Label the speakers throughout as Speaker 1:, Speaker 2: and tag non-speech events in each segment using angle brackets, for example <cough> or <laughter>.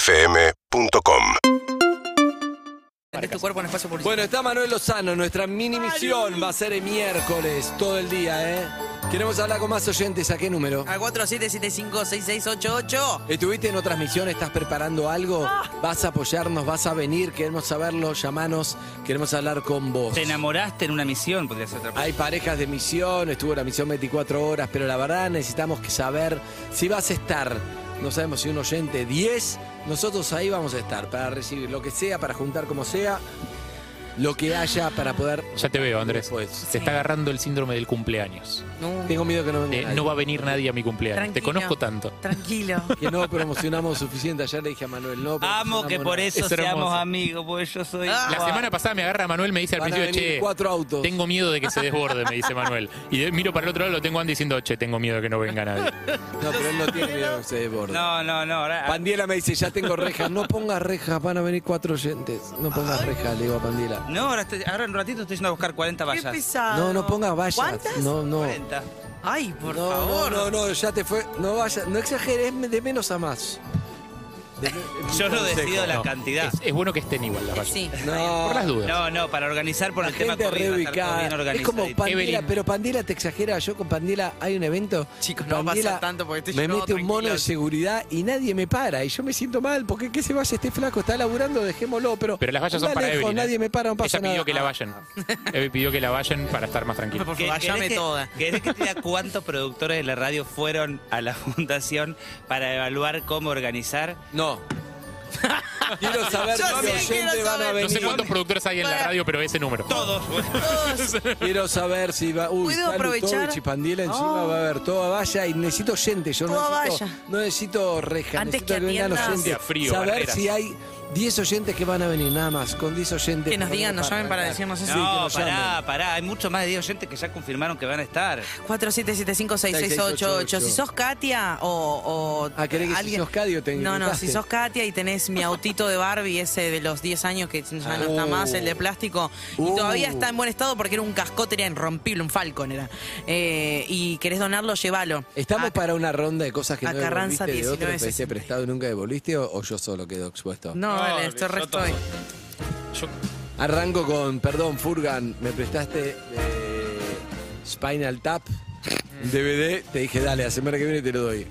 Speaker 1: UrbanaPlayFM.com
Speaker 2: Metes tu cuerpo en espacio público.
Speaker 3: Bueno, está Manuel Lozano, nuestra mini misión va a ser el miércoles, todo el día, ¿eh? Queremos hablar con más oyentes, ¿a qué número?
Speaker 2: Al 47756688.
Speaker 3: ¿Estuviste en otras misiones? ¿Estás preparando algo? ¿Vas a apoyarnos? ¿Vas a venir? Queremos saberlo, llamanos, queremos hablar con vos.
Speaker 4: Te enamoraste en una misión, podría ser otra
Speaker 3: Hay parejas de misión, estuvo la misión 24 horas, pero la verdad necesitamos que saber si vas a estar. No sabemos si un oyente 10, nosotros ahí vamos a estar para recibir lo que sea, para juntar como sea, lo que haya para poder.
Speaker 5: Ya te veo, Andrés.
Speaker 3: Después.
Speaker 5: Te está agarrando el síndrome del cumpleaños.
Speaker 2: No,
Speaker 3: Tengo miedo que no venga.
Speaker 5: De,
Speaker 3: nadie.
Speaker 5: no va a venir nadie a mi cumpleaños.
Speaker 2: Tranquilo.
Speaker 5: Te conozco tanto.
Speaker 2: tranquilo.
Speaker 3: que no promocionamos suficiente. Ayer le dije a Manuel, no.
Speaker 4: Amo que por eso
Speaker 5: Es hermoso.
Speaker 4: seamos amigos, porque yo soy.
Speaker 5: La
Speaker 4: Guau.
Speaker 5: semana pasada me agarra Manuel, me dice al
Speaker 3: Van a
Speaker 5: principio,
Speaker 3: venir
Speaker 5: che,
Speaker 3: cuatro autos".
Speaker 5: tengo miedo de que se desborde, me dice Manuel. Y de- miro para el otro lado, lo tengo Andy diciendo, che, tengo miedo de que no venga nadie.
Speaker 3: No, pero él no tiene
Speaker 4: <laughs>
Speaker 3: miedo que se desborde.
Speaker 4: No, no, no. ahora-
Speaker 3: Pandiela me dice, ya tengo rejas. No pongas rejas, van a venir cuatro oyentes. No pongas rejas, le digo a Pandiela.
Speaker 4: <laughs> No, ahora, estoy- ahora en un ratito estoy yendo a buscar 40
Speaker 2: Qué
Speaker 4: vallas.
Speaker 2: pesado.
Speaker 3: No, no pongas vallas.
Speaker 2: ¿Cuántas?
Speaker 3: No, no.
Speaker 4: 40.
Speaker 2: Ay, por
Speaker 3: no,
Speaker 2: favor.
Speaker 3: No, no, no, ya te fue. No vayas, no exageres de menos a más. De me-
Speaker 4: <laughs> Yo no decido la
Speaker 5: No,
Speaker 4: cantidad.
Speaker 5: Es, es bueno que estén igual las vallas.
Speaker 2: Sí.
Speaker 3: No,
Speaker 5: Por las dudas.
Speaker 4: No, no, para organizar por
Speaker 3: La
Speaker 4: el tema
Speaker 3: gente
Speaker 4: COVID, va a estar todo bien
Speaker 3: reubicada. Es como
Speaker 4: organizadito.
Speaker 3: Pandela,
Speaker 5: Evelyn.
Speaker 3: pero Pandela te exagera. Yo con Pandela hay un evento.
Speaker 2: Chicos, no va a
Speaker 3: Pandela
Speaker 2: pasar tanto porque estoy
Speaker 3: Me
Speaker 2: yo,
Speaker 3: mete un mono de
Speaker 2: tranquilos.
Speaker 3: seguridad y nadie me para. Y yo me siento mal porque que se vaya este flaco, está laburando, dejémoslo. Pero,
Speaker 5: Pero las vallas son
Speaker 3: anda
Speaker 5: para
Speaker 3: lejos,
Speaker 5: Evelyn. ¿eh?
Speaker 3: Nadie me para, no pasa
Speaker 5: Ella pidió
Speaker 3: nada. Ah.
Speaker 5: que la vayan. Evelyn pidió que la vayan para estar más tranquila.
Speaker 2: Por
Speaker 4: ¿Qué-
Speaker 2: favor,
Speaker 4: querés
Speaker 2: llame
Speaker 4: que-
Speaker 2: toda.
Speaker 4: ¿Querés que te
Speaker 5: <laughs>
Speaker 4: diga cuántos productores de la radio fueron a la <laughs> fundación para evaluar cómo organizar?
Speaker 3: No. Quiero saber
Speaker 2: Yo
Speaker 3: qué
Speaker 2: sí quiero
Speaker 3: oyentes van a
Speaker 2: saber.
Speaker 5: No sé
Speaker 3: venir.
Speaker 5: cuántos productores hay en la radio, pero ese número. <laughs>
Speaker 4: Todos.
Speaker 3: Quiero saber si va. Uy,
Speaker 2: ¿Puedo
Speaker 3: está
Speaker 2: aprovechar?
Speaker 3: Lutovich y Pandela encima
Speaker 2: Oh.
Speaker 3: va a haber toda valla y necesito gente. Yo no
Speaker 2: Toda
Speaker 3: necesito,
Speaker 2: valla.
Speaker 3: no necesito reja,
Speaker 6: Antes
Speaker 3: necesito
Speaker 6: que
Speaker 3: que, vengan
Speaker 6: atiendas.
Speaker 3: oyentes.
Speaker 5: Sea frío,
Speaker 3: Saber
Speaker 5: barreras.
Speaker 3: si hay 10 oyentes que van a venir, nada más. Con 10 oyentes.
Speaker 2: Que nos digan, nos llamen para decirnos eso.
Speaker 4: No,
Speaker 3: que nos
Speaker 4: pará,
Speaker 3: llamen.
Speaker 4: pará. Hay mucho más de 10 oyentes que ya confirmaron que van a estar.
Speaker 6: 47756688. Si sos Katia o, o
Speaker 3: Ah, ¿querés que si
Speaker 6: alguien-
Speaker 3: sos Cadio te
Speaker 6: No, no,
Speaker 3: invitaste?
Speaker 6: si sos Katia y tenés mi autito de Barbie, ese de los 10 años que ya no está
Speaker 3: Uh.
Speaker 6: más, el de plástico,
Speaker 3: Uh.
Speaker 6: y todavía está en buen estado porque era un cascote, era irrompible, un Falcon era. Eh, y querés donarlo, llévalo.
Speaker 3: ¿Estamos
Speaker 6: Ah,
Speaker 3: para una ronda de cosas que
Speaker 6: a
Speaker 3: no
Speaker 6: Carranza
Speaker 3: devolviste de otro que
Speaker 6: 1960.
Speaker 3: pediste prestado y nunca devolviste o, o yo solo quedo expuesto?
Speaker 6: No,
Speaker 4: No,
Speaker 6: dale, esto
Speaker 4: yo
Speaker 6: resto
Speaker 4: todo.
Speaker 6: hoy.
Speaker 5: Yo-
Speaker 3: Arranco con, perdón, Furgan, me prestaste eh, Spinal Tap,
Speaker 4: Mm.
Speaker 3: DVD, te dije, dale, la semana que viene te lo doy.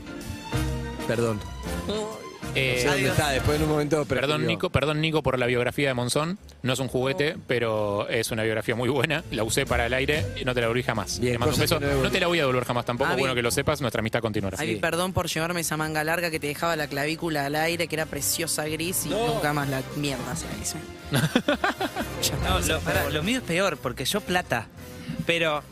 Speaker 3: Perdón. No
Speaker 5: eh,
Speaker 3: sé dónde está, después en un momento.
Speaker 5: Perdón
Speaker 3: prescribió.
Speaker 5: Nico, perdón Nico por la biografía de Monzón. No es un juguete, pero es una biografía muy buena. La usé para el aire y no te la devolví jamás.
Speaker 3: Bien,
Speaker 5: te mando un
Speaker 3: cosas que
Speaker 5: beso.
Speaker 3: no devolví.
Speaker 5: No, te la voy a devolver jamás tampoco.
Speaker 6: Ah, bien.
Speaker 5: bueno que lo sepas, nuestra amistad continuará.
Speaker 6: Ay,
Speaker 3: Sí.
Speaker 6: perdón por llevarme esa manga larga que te dejaba la clavícula al aire, que era preciosa gris y nunca más la mierda se la hice.
Speaker 4: No, lo, pará, lo mío es peor, porque yo plata, pero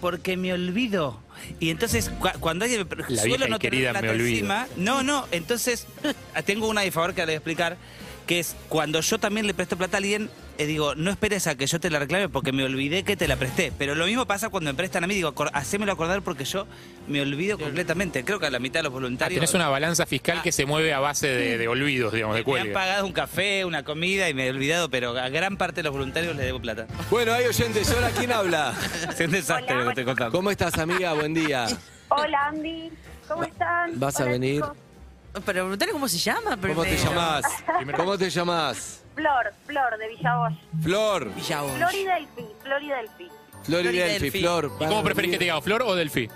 Speaker 4: porque me olvido. Y entonces, cua- cuando alguien me pre-
Speaker 5: La
Speaker 4: suelo
Speaker 5: vieja y
Speaker 4: no tener
Speaker 5: querida
Speaker 4: plata
Speaker 5: me olvido.
Speaker 4: encima, no, no, entonces tengo una de favor que le voy a explicar, que es cuando yo también le presto plata a alguien, eh, digo, no esperes a que yo te la reclame porque me olvidé que te la presté. Pero lo mismo pasa cuando me prestan a mí, digo, acor- hacémelo acordar porque yo me olvido completamente. Creo que a la mitad de los
Speaker 5: Ah,
Speaker 4: voluntarios
Speaker 5: tenés una balanza fiscal
Speaker 4: Ah.
Speaker 5: que se mueve a base de, de olvidos, digamos, de
Speaker 4: me han
Speaker 5: cuelgue.
Speaker 4: pagado un café, una comida y me he olvidado, pero a gran parte de los voluntarios les debo plata.
Speaker 3: Bueno, hay oyentes, ¿ahora quién habla?
Speaker 4: <laughs> Es un desastre lo que estoy contando.
Speaker 3: ¿Cómo estás, amiga? Buen
Speaker 2: <laughs>
Speaker 3: día.
Speaker 7: Hola Andy, ¿cómo están?
Speaker 3: ¿Vas a
Speaker 7: Hola,
Speaker 3: venir?
Speaker 7: chicos.
Speaker 6: Pero preguntale cómo se llama.
Speaker 3: ¿Cómo te
Speaker 6: primero.
Speaker 3: llamás? ¿Cómo te llamás?
Speaker 7: Flor, Flor de Villavoy.
Speaker 3: Flor,
Speaker 6: Villavoy.
Speaker 7: Flor y Delphi, Flor y Delphi.
Speaker 3: Flor y
Speaker 6: Flor y
Speaker 3: Delphi,
Speaker 6: Delphi.
Speaker 3: Flor.
Speaker 5: ¿Y
Speaker 3: van
Speaker 5: cómo
Speaker 3: a
Speaker 5: preferís que
Speaker 3: venir.
Speaker 5: te diga, Flor o Delfi?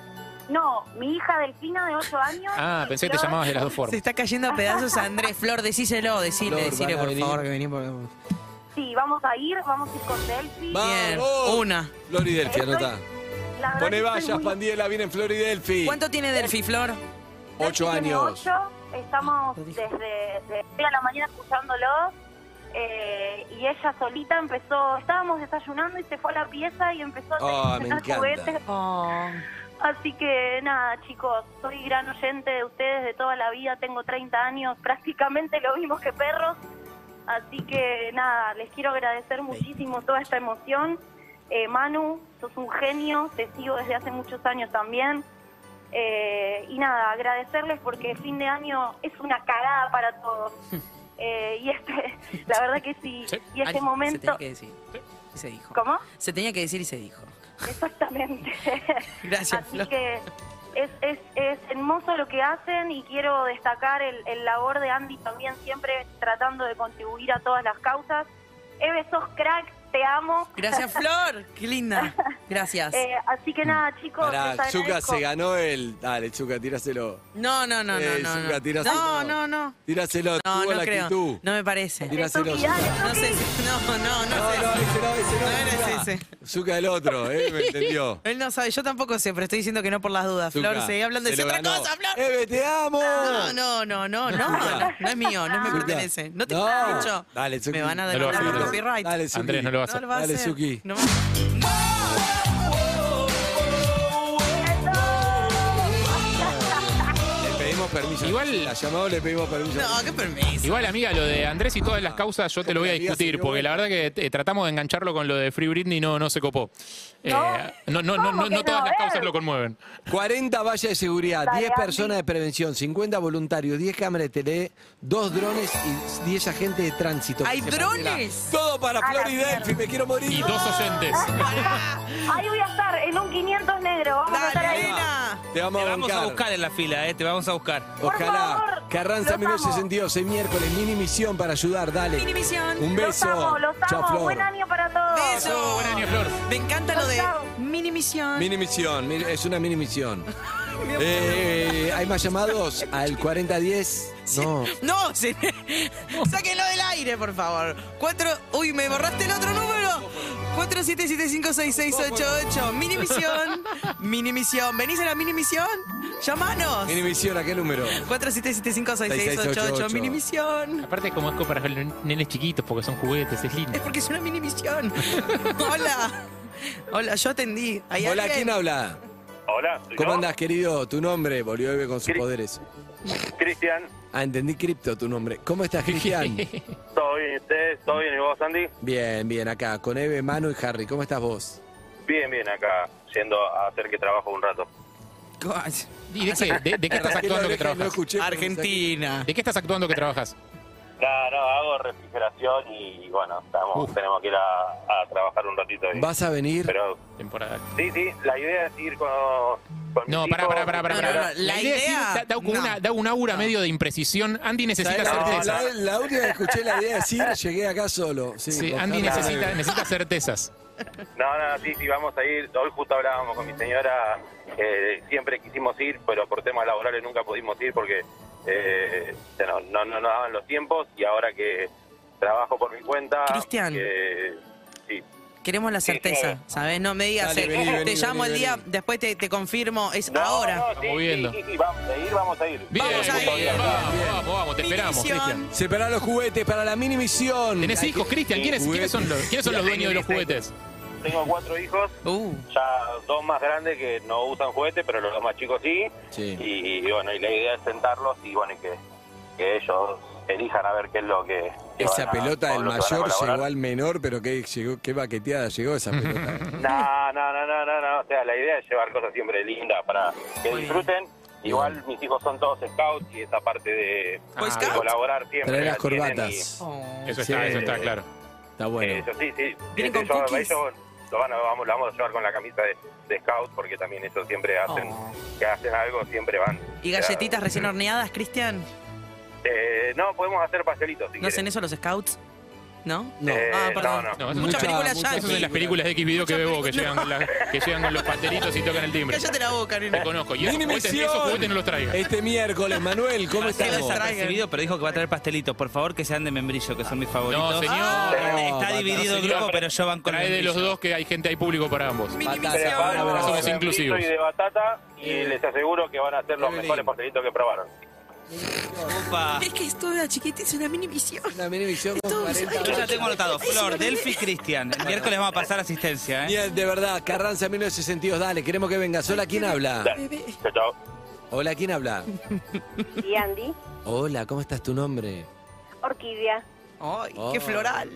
Speaker 7: No, mi hija Delfina de 8 años.
Speaker 5: Ah,
Speaker 7: y
Speaker 5: pensé
Speaker 7: <laughs>
Speaker 5: que te
Speaker 7: Flor-
Speaker 5: llamabas de las dos
Speaker 6: Se
Speaker 5: formas.
Speaker 6: está cayendo a pedazos a Andrés. Flor, decíselo, decile,
Speaker 3: Flor,
Speaker 6: decile,
Speaker 3: van a
Speaker 6: por
Speaker 3: venir.
Speaker 6: favor, que venimos por-
Speaker 7: Sí, vamos a ir, vamos a ir con Delphi.
Speaker 6: Bien,
Speaker 3: ¡Vamos!
Speaker 6: una.
Speaker 3: Flor y Delphi,
Speaker 7: Estoy-
Speaker 3: anotá.
Speaker 7: La verdad que
Speaker 3: Pone
Speaker 7: estoy
Speaker 3: vallas,
Speaker 7: muy-
Speaker 3: Pandiela, vienen Flor y Delphi.
Speaker 6: ¿Cuánto tiene Delphi, Flor?
Speaker 7: Delphi
Speaker 3: Ocho
Speaker 7: tiene
Speaker 3: años.
Speaker 7: ocho, estamos
Speaker 6: Lo dijo.
Speaker 7: desde, desde a la mañana escuchándolo. eh, y ella solita empezó, estábamos desayunando y se fue a la pieza y empezó
Speaker 3: Ah,
Speaker 7: a
Speaker 3: me
Speaker 7: tener
Speaker 3: encanta.
Speaker 7: juguetes. Así que nada, chicos, soy gran oyente de ustedes de toda la vida, tengo 30 años, <laughs> prácticamente lo mismo que perros. Así que nada, les quiero agradecer muchísimo toda esta emoción. Eh, Manu, sos un genio, te sigo desde hace muchos años también. Eh, y nada, agradecerles porque fin de año es una cagada para todos.
Speaker 3: <laughs>
Speaker 7: Eh, y este, <laughs> la verdad que sí.
Speaker 5: Sí.
Speaker 7: Y
Speaker 6: Ay,
Speaker 7: este
Speaker 6: Se
Speaker 7: momento,
Speaker 6: tenía que decir. Y se dijo.
Speaker 7: ¿cómo?
Speaker 6: Se tenía que decir y se dijo.
Speaker 7: Exactamente.
Speaker 6: <laughs> Gracias,
Speaker 7: Así
Speaker 6: Flor.
Speaker 7: que es, es, es hermoso lo que hacen y quiero destacar el, el labor de Andy también, siempre tratando de contribuir a todas las causas. Eve, sos crack, te amo. <laughs>
Speaker 6: Gracias, Flor. Qué linda. Gracias.
Speaker 7: Eh, así que nada, chicos.
Speaker 3: Pará,
Speaker 7: les
Speaker 3: Chuca
Speaker 7: agradezco.
Speaker 3: se ganó el. Dale, Chuca, tíraselo.
Speaker 6: No, no, no, no,
Speaker 3: Eh,
Speaker 6: no.
Speaker 3: Zucca,
Speaker 6: No,
Speaker 3: tíraselo.
Speaker 6: no, no. No,
Speaker 3: Tíraselo,
Speaker 6: no,
Speaker 3: tuvo
Speaker 6: no
Speaker 3: la
Speaker 6: creo.
Speaker 3: actitud.
Speaker 6: No me parece.
Speaker 3: Tira- Tíraselo,
Speaker 7: Sofi, dale,
Speaker 6: No sé si- No, no,
Speaker 3: No,
Speaker 6: no sé.
Speaker 3: no, ese no, ese no.
Speaker 6: No era
Speaker 3: Zucca.
Speaker 6: ese, ese.
Speaker 3: Ah, Zucca el otro, ¿eh? Me entendió.
Speaker 6: <laughs> Él no sabe, yo tampoco sé, pero estoy diciendo que no por las dudas. Flor,
Speaker 3: Zucca,
Speaker 6: seguí hablando
Speaker 3: se
Speaker 6: de
Speaker 3: lo
Speaker 6: otra
Speaker 3: ganó.
Speaker 6: cosa, Flor.
Speaker 3: ¡Eve, te amo!
Speaker 6: No, no, no, no, no, no, no es mío, no me
Speaker 3: Zucca.
Speaker 6: pertenece. No te
Speaker 3: No.
Speaker 6: escucho.
Speaker 3: Dale, Zucca.
Speaker 6: Me van a
Speaker 5: No lo vas a
Speaker 6: dar
Speaker 5: hacer.
Speaker 6: copyright.
Speaker 3: Dale, Zucca.
Speaker 5: Andrés, no lo vas a
Speaker 6: No
Speaker 5: hacer.
Speaker 6: lo va a
Speaker 3: Dale,
Speaker 6: hacer.
Speaker 3: Zucca.
Speaker 6: No.
Speaker 3: Le pedimos permiso.
Speaker 5: Igual-
Speaker 3: La llamado le pedimos permiso.
Speaker 6: No, qué permiso.
Speaker 5: Igual, amiga, lo de Andrés y todas las causas yo te lo voy a discutir, porque la verdad que eh, tratamos de engancharlo con lo de Free Britney y no, no se copó. Eh, no, no, no,
Speaker 7: ¿Cómo
Speaker 5: no,
Speaker 7: que
Speaker 5: no todas
Speaker 7: no?
Speaker 5: las causas
Speaker 7: Eh.
Speaker 5: lo conmueven.
Speaker 3: 40 vallas de seguridad,
Speaker 7: Dale,
Speaker 3: 10
Speaker 7: Andy.
Speaker 3: personas de prevención, 50 voluntarios, 10 cámaras de tele, 2 drones y 10 agentes de tránsito.
Speaker 6: ¿Hay
Speaker 3: Que se mantenga.
Speaker 6: drones?
Speaker 3: Todo para
Speaker 7: A la
Speaker 3: Flor y
Speaker 7: mierda.
Speaker 3: Delphi, me quiero morir.
Speaker 5: Y dos oyentes.
Speaker 7: <laughs> Ahí voy a estar, en un 500 negro. Vamos a estar
Speaker 6: Dale,
Speaker 7: ahí.
Speaker 6: nena.
Speaker 3: Te vamos
Speaker 4: Te
Speaker 3: a
Speaker 4: vamos a
Speaker 3: bancar.
Speaker 4: buscar en la fila, eh, te vamos a buscar.
Speaker 7: Por
Speaker 3: Ojalá.
Speaker 7: favor,
Speaker 3: Carranza
Speaker 7: los amo.
Speaker 3: 1962, el miércoles, mini misión para ayudar, dale.
Speaker 6: Mini misión.
Speaker 3: Un
Speaker 7: Los
Speaker 3: beso.
Speaker 7: amo, los
Speaker 3: Chao,
Speaker 7: amo.
Speaker 3: Flor.
Speaker 7: Buen año para todos.
Speaker 6: Beso.
Speaker 5: Buen año, Flor.
Speaker 6: Me encanta lo de
Speaker 7: Chao.
Speaker 6: mini misión.
Speaker 3: Mini misión, mi- es una mini
Speaker 6: <laughs>
Speaker 3: misión. Eh, ¿Hay más llamados al 4010? No.
Speaker 6: No, se- <laughs> sáquenlo del aire, por favor. Cuatro... Uy, me borraste el otro número. 47756688. Mini misión. Mini misión. ¿Venís a la mini misión? Llamanos.
Speaker 3: Mini misión, ¿a qué número?
Speaker 6: 47756688. Mini misión.
Speaker 5: Aparte es como es para los nenes chiquitos, porque son juguetes, es lindo.
Speaker 6: Es porque es una mini <laughs> misión. Hola. Hola, yo atendí. ¿Hay
Speaker 3: Hola,
Speaker 6: alguien?
Speaker 3: ¿quién habla?
Speaker 8: Hola, soy
Speaker 3: ¿Cómo
Speaker 8: yo,
Speaker 3: andás, querido? Tu nombre, volvió Eve con sus
Speaker 8: Cri-
Speaker 3: poderes.
Speaker 8: Cristian.
Speaker 3: Ah, entendí cripto tu nombre. ¿Cómo
Speaker 5: <laughs>
Speaker 3: estás, Cristian?
Speaker 8: <laughs> ¿Todo bien? ¿Y ustedes? ¿Todo bien? ¿Y vos, Andy?
Speaker 3: bien, bien, acá, con Eve, Manu y Harry. ¿Cómo estás vos?
Speaker 8: Bien, bien, acá, yendo a hacer que trabajo un rato.
Speaker 6: Gosh.
Speaker 5: ¿Y de qué, de, de qué
Speaker 3: <laughs>
Speaker 5: estás
Speaker 3: Tranquilo,
Speaker 5: actuando que
Speaker 3: Eve, no
Speaker 5: trabajas?
Speaker 3: escuché, pero
Speaker 6: Argentina.
Speaker 5: ¿De qué estás actuando que trabajas?
Speaker 8: No, no, hago refrigeración y bueno, estamos,
Speaker 5: Uf.
Speaker 8: tenemos que ir a, a trabajar un ratito.
Speaker 3: no sé-
Speaker 8: y-
Speaker 3: ¿Vas a venir?
Speaker 8: Pero
Speaker 5: Temporada.
Speaker 8: sí, sí, la idea es ir con. con
Speaker 5: No,
Speaker 8: mis
Speaker 5: pará,
Speaker 8: hijos,
Speaker 5: pará, pará, pará.
Speaker 6: No,
Speaker 5: pará.
Speaker 6: no, no, la
Speaker 5: es ir-
Speaker 6: idea-
Speaker 5: da, da como
Speaker 6: no.
Speaker 5: una, da un aura medio de imprecisión. Andy necesita
Speaker 3: ¿Sabés la-
Speaker 8: certeza.
Speaker 5: certezas.
Speaker 3: la, la única que escuché la idea de decir, llegué acá solo. Sí,
Speaker 5: Sí,
Speaker 3: con
Speaker 5: Andy
Speaker 3: Harry.
Speaker 5: necesita, necesita certezas.
Speaker 8: No, no, sí, sí, vamos a ir. Hoy justo hablábamos con mi señora, eh, siempre quisimos ir, pero por temas laborales nunca pudimos ir porque eh, se nos- no, no, nos daban los tiempos y ahora que trabajo por mi cuenta...
Speaker 6: Cristian.
Speaker 8: eh, sí,
Speaker 6: Queremos la certeza,
Speaker 8: <laughs>
Speaker 6: ¿sabes? No me digas,
Speaker 3: Dale,
Speaker 6: eh,
Speaker 3: vení,
Speaker 6: te
Speaker 3: vení,
Speaker 6: llamo
Speaker 3: vení,
Speaker 6: el día,
Speaker 3: vení.
Speaker 6: después te, te confirmo, es
Speaker 8: No,
Speaker 6: ahora.
Speaker 8: no,
Speaker 5: Estamos viendo.
Speaker 8: Sí, sí, sí, vamos eh. a ir, vamos a ir.
Speaker 5: Bien,
Speaker 6: Vamos
Speaker 5: vamos,
Speaker 6: ahí,
Speaker 5: vamos, vamos, vamos, te
Speaker 6: Mi
Speaker 5: esperamos,
Speaker 6: misión.
Speaker 5: Cristian.
Speaker 3: Separá los juguetes para la mini misión.
Speaker 5: ¿Tenés hijos, Cristian? ¿Quiénes, quiénes son los, quiénes son los dueños de los juguetes?
Speaker 8: Tengo cuatro hijos,
Speaker 6: Uh,
Speaker 8: ya dos más grandes que no usan juguete, pero los dos más chicos sí.
Speaker 3: Sí.
Speaker 8: Y, y bueno, y la idea es sentarlos y bueno, y que, que ellos elijan a ver qué es lo que... que van
Speaker 3: Esa
Speaker 8: a-
Speaker 3: pelota
Speaker 8: con
Speaker 3: del
Speaker 8: lo que van a
Speaker 3: mayor
Speaker 8: colaborar.
Speaker 3: llegó al menor, pero qué, llegó, qué baqueteada llegó
Speaker 5: <laughs>
Speaker 3: esa pelota.
Speaker 8: No, no, no, no, no, no. O sea, la idea es llevar cosas siempre lindas para que disfruten. Igual mis hijos son todos scouts y esa parte de, de
Speaker 5: Boy Scout.
Speaker 8: colaborar siempre.
Speaker 3: Trae las
Speaker 8: la tienen
Speaker 3: corbatas.
Speaker 6: oh.
Speaker 5: Eso está,
Speaker 8: Sí.
Speaker 5: eso está claro.
Speaker 3: Está
Speaker 8: y-
Speaker 3: bueno.
Speaker 8: Eso sí, sí.
Speaker 6: ¿Vienen
Speaker 8: Este,
Speaker 6: con
Speaker 8: yo-
Speaker 6: cookies?
Speaker 8: ellos lo van a, vamos, lo vamos a llevar con la camisa de, de scout porque también ellos siempre hacen,
Speaker 6: Oh.
Speaker 8: que hacen algo, siempre van. O
Speaker 6: ¿Y
Speaker 8: sea,
Speaker 6: galletitas recién horneadas, Cristian?
Speaker 8: Eh, no, podemos hacer pastelitos si
Speaker 6: ¿No hacen
Speaker 8: quieren.
Speaker 6: eso los scouts? ¿No?
Speaker 3: No.
Speaker 8: Eh,
Speaker 6: Ah,
Speaker 8: no,
Speaker 6: perdón.
Speaker 8: no.
Speaker 5: No, eso
Speaker 6: Mucha
Speaker 5: es-
Speaker 6: película
Speaker 3: mucha-
Speaker 6: ya.
Speaker 5: Esas son las películas de X video que veo que llegan, con la- que llegan con los pastelitos y tocan el timbre.
Speaker 6: Cállate la boca,
Speaker 5: Te
Speaker 6: nena.
Speaker 5: conozco. Y esos
Speaker 3: Mini
Speaker 5: juguetes,
Speaker 3: misión.
Speaker 5: esos juguetes no los traigas.
Speaker 3: Este miércoles, Manuel, ¿cómo
Speaker 4: Se
Speaker 5: <laughs>
Speaker 3: estamos?
Speaker 4: desapercibido, pero dijo que va a traer pastelitos. Por favor, que sean de membrillo, que son mis favoritos. Ah,
Speaker 5: No, señor.
Speaker 4: Está
Speaker 3: No,
Speaker 4: dividido el
Speaker 5: señor.
Speaker 4: grupo, pero yo van con
Speaker 5: Trae de los dos que hay gente, hay público para ambos.
Speaker 6: Mini
Speaker 3: Batata,
Speaker 6: misión.
Speaker 3: para, para,
Speaker 8: Ahora
Speaker 5: somos
Speaker 8: de
Speaker 5: inclusivos.
Speaker 8: frito Y de batata, y
Speaker 3: Eh.
Speaker 8: les aseguro que van a ser los
Speaker 3: Evelyn.
Speaker 8: mejores pastelitos que probaron.
Speaker 6: Es que es toda chiquitita, es una mini misión.
Speaker 3: Una mini misión con
Speaker 6: Esto-
Speaker 3: 40
Speaker 6: ay,
Speaker 4: Yo ya tengo anotado. Flor, <laughs> Delphi, Cristian. El miércoles vamos a pasar asistencia, ¿eh?
Speaker 3: Bien, de verdad, Carranza 1962, dale, queremos que vengas. Hola, ¿quién habla?
Speaker 8: Chao, chao.
Speaker 3: Hola, ¿quién habla?
Speaker 7: Y Andy,
Speaker 3: Hola, ¿cómo estás tu nombre?
Speaker 7: Orquídea.
Speaker 6: Ay,
Speaker 3: Oh.
Speaker 6: qué floral.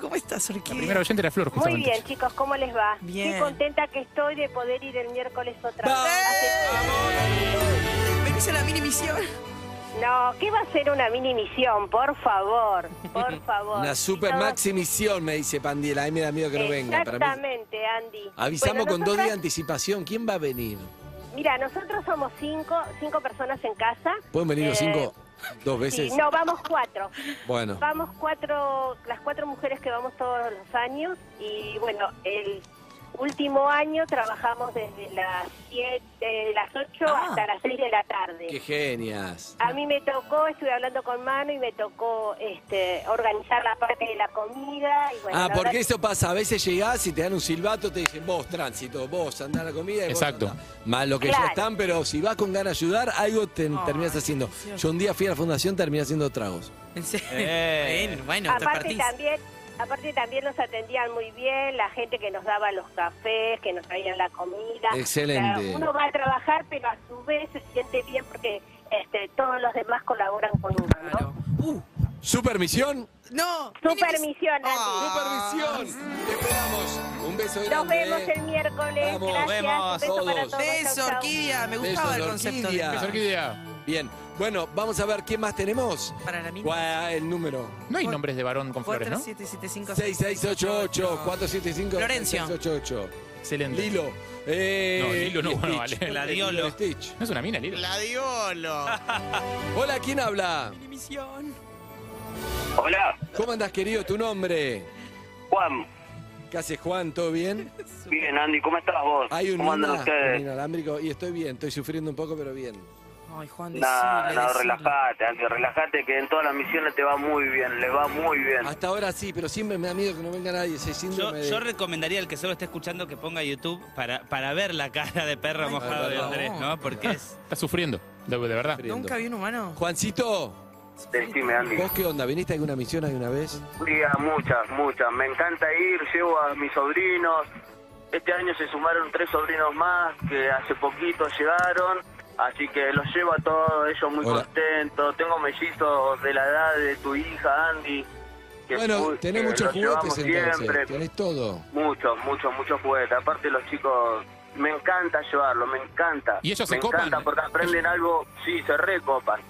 Speaker 6: ¿Cómo estás,
Speaker 5: La primera
Speaker 6: Orquídea?
Speaker 5: oyente era Flor,
Speaker 7: Muy
Speaker 5: justamente.
Speaker 7: bien, chicos, ¿cómo les va?
Speaker 6: Bien.
Speaker 7: Qué contenta que estoy de poder ir el miércoles otra vez.
Speaker 3: ¡Vamos!
Speaker 6: Venís a la mini misión.
Speaker 7: Hace- No, ¿qué va a ser una mini misión? Por favor, por
Speaker 6: <laughs>
Speaker 7: favor.
Speaker 3: Una super
Speaker 7: Y todos-
Speaker 3: maxi misión, me dice Pandiela. A mí me da miedo que no venga. Para mí-
Speaker 7: Exactamente, Andy.
Speaker 3: Avisamos
Speaker 7: Bueno,
Speaker 3: con dos días de
Speaker 7: nosotras-
Speaker 3: anticipación. ¿Quién va a venir?
Speaker 9: Mira, nosotros somos cinco, cinco personas en casa.
Speaker 3: ¿Pueden venir los
Speaker 9: Eh,
Speaker 3: cinco dos
Speaker 9: Sí,
Speaker 3: veces?
Speaker 9: no, vamos cuatro.
Speaker 3: Bueno,
Speaker 9: Vamos cuatro, las cuatro mujeres que vamos todos los años y bueno, el último año trabajamos desde las siete, las ocho hasta las seis de la tarde.
Speaker 3: Ah. qué genias.
Speaker 9: A mí me tocó, estuve hablando con Mano y me tocó este, organizar la parte de la comida. Y bueno,
Speaker 3: Ah,
Speaker 9: la
Speaker 3: porque
Speaker 9: verdad-
Speaker 3: eso pasa, a veces llegás y te dan un silbato, te dicen vos tránsito, vos andá a la comida y vos
Speaker 5: Exacto.
Speaker 3: andá. Más lo que ya
Speaker 9: Claro.
Speaker 3: están, pero si vas con ganas de ayudar, algo te terminas haciendo. Yo un día fui a la fundación, terminé haciendo tragos.
Speaker 6: En serio.
Speaker 4: Eh.
Speaker 6: Bueno, bueno, te
Speaker 9: aparte
Speaker 6: partís.
Speaker 9: también, aparte también nos atendían muy bien, la gente que nos daba los cafés, que nos traían la comida.
Speaker 3: Excelente.
Speaker 9: O sea, uno va a trabajar, pero a su vez se siente bien porque este, todos los demás colaboran con uno, ¿no?
Speaker 6: Claro. Uh,
Speaker 3: ¿Supermisión?
Speaker 6: no.
Speaker 9: Supermisión, Nati.
Speaker 6: Ah.
Speaker 3: ¡Supermisión! Te esperamos. Ah. Un beso grande.
Speaker 9: Nos vemos el miércoles.
Speaker 3: Vamos,
Speaker 9: Gracias.
Speaker 4: vemos
Speaker 9: Un beso para
Speaker 3: todos.
Speaker 9: todos.
Speaker 6: Beso,
Speaker 9: Chau, chau.
Speaker 6: orquídea. Me
Speaker 3: Besos,
Speaker 6: gustaba el concepto. de-
Speaker 3: orquídea.
Speaker 5: Beso, Orquídea.
Speaker 3: Bien, bueno, vamos a ver quién más tenemos.
Speaker 6: Para la misma.
Speaker 3: ¿Cuál es el número?
Speaker 5: No hay nombres de varón con flores,
Speaker 6: 4,
Speaker 5: ¿no?
Speaker 6: 7, 7, 5, 6,
Speaker 3: 6688-475.
Speaker 6: Florencio.
Speaker 3: 6688.
Speaker 5: Excelente.
Speaker 3: Lilo. Eh,
Speaker 5: No, Lilo no,
Speaker 3: y
Speaker 5: bueno,
Speaker 3: Stitch.
Speaker 5: vale.
Speaker 4: Gladiolo.
Speaker 3: Lilo y Stitch.
Speaker 5: No es una mina, Lilo.
Speaker 6: Gladiolo.
Speaker 3: Hola, ¿quién habla?
Speaker 6: Misión.
Speaker 2: Hola,
Speaker 3: ¿Cómo andas, querido? ¿Tu nombre?
Speaker 2: Juan.
Speaker 3: ¿Qué haces, Juan? ¿Todo bien?
Speaker 2: <laughs> Bien, Andy, ¿cómo estás vos?
Speaker 3: Hay un,
Speaker 2: ¿Cómo andan
Speaker 3: Nina, un
Speaker 2: ustedes?
Speaker 3: inalámbrico y estoy bien, estoy sufriendo un poco, pero bien.
Speaker 6: Ay, Juan, decile,
Speaker 2: No, no,
Speaker 6: decile.
Speaker 2: relajate, Andy, relajate que en todas las misiones te va muy bien, le va muy bien.
Speaker 3: Hasta ahora sí, pero siempre me da miedo que no venga nadie. Ese
Speaker 4: Yo,
Speaker 3: síndrome de-
Speaker 4: yo recomendaría al que solo esté escuchando que ponga YouTube para, para ver la cara de perro mojado de
Speaker 3: perdón.
Speaker 4: Andrés, ¿no? Porque es.
Speaker 5: Está sufriendo, de, de verdad.
Speaker 3: Sufriendo.
Speaker 6: Nunca vi un humano.
Speaker 3: Juancito,
Speaker 2: Decime, Andy.
Speaker 3: ¿vos qué onda? ¿Viniste a alguna misión alguna vez?
Speaker 2: Fui a muchas, muchas. Me encanta ir, llevo a mis sobrinos. Este año se sumaron tres sobrinos más que hace poquito llegaron. Así que los llevo a todos ellos muy
Speaker 3: Hola.
Speaker 2: contentos. Tengo mellizos de la edad de tu hija, Andy. que
Speaker 3: Bueno,
Speaker 2: fu-
Speaker 3: tenés
Speaker 2: que los
Speaker 3: muchos juguetes
Speaker 2: llevamos
Speaker 3: entonces,
Speaker 2: siempre.
Speaker 3: tenés todo.
Speaker 2: Muchos, muchos, muchos juguetes. Aparte los chicos, me encanta llevarlos, me encanta.
Speaker 5: ¿Y ellos
Speaker 2: me
Speaker 5: se copan?
Speaker 2: encanta porque aprenden algo, sí, se recopan,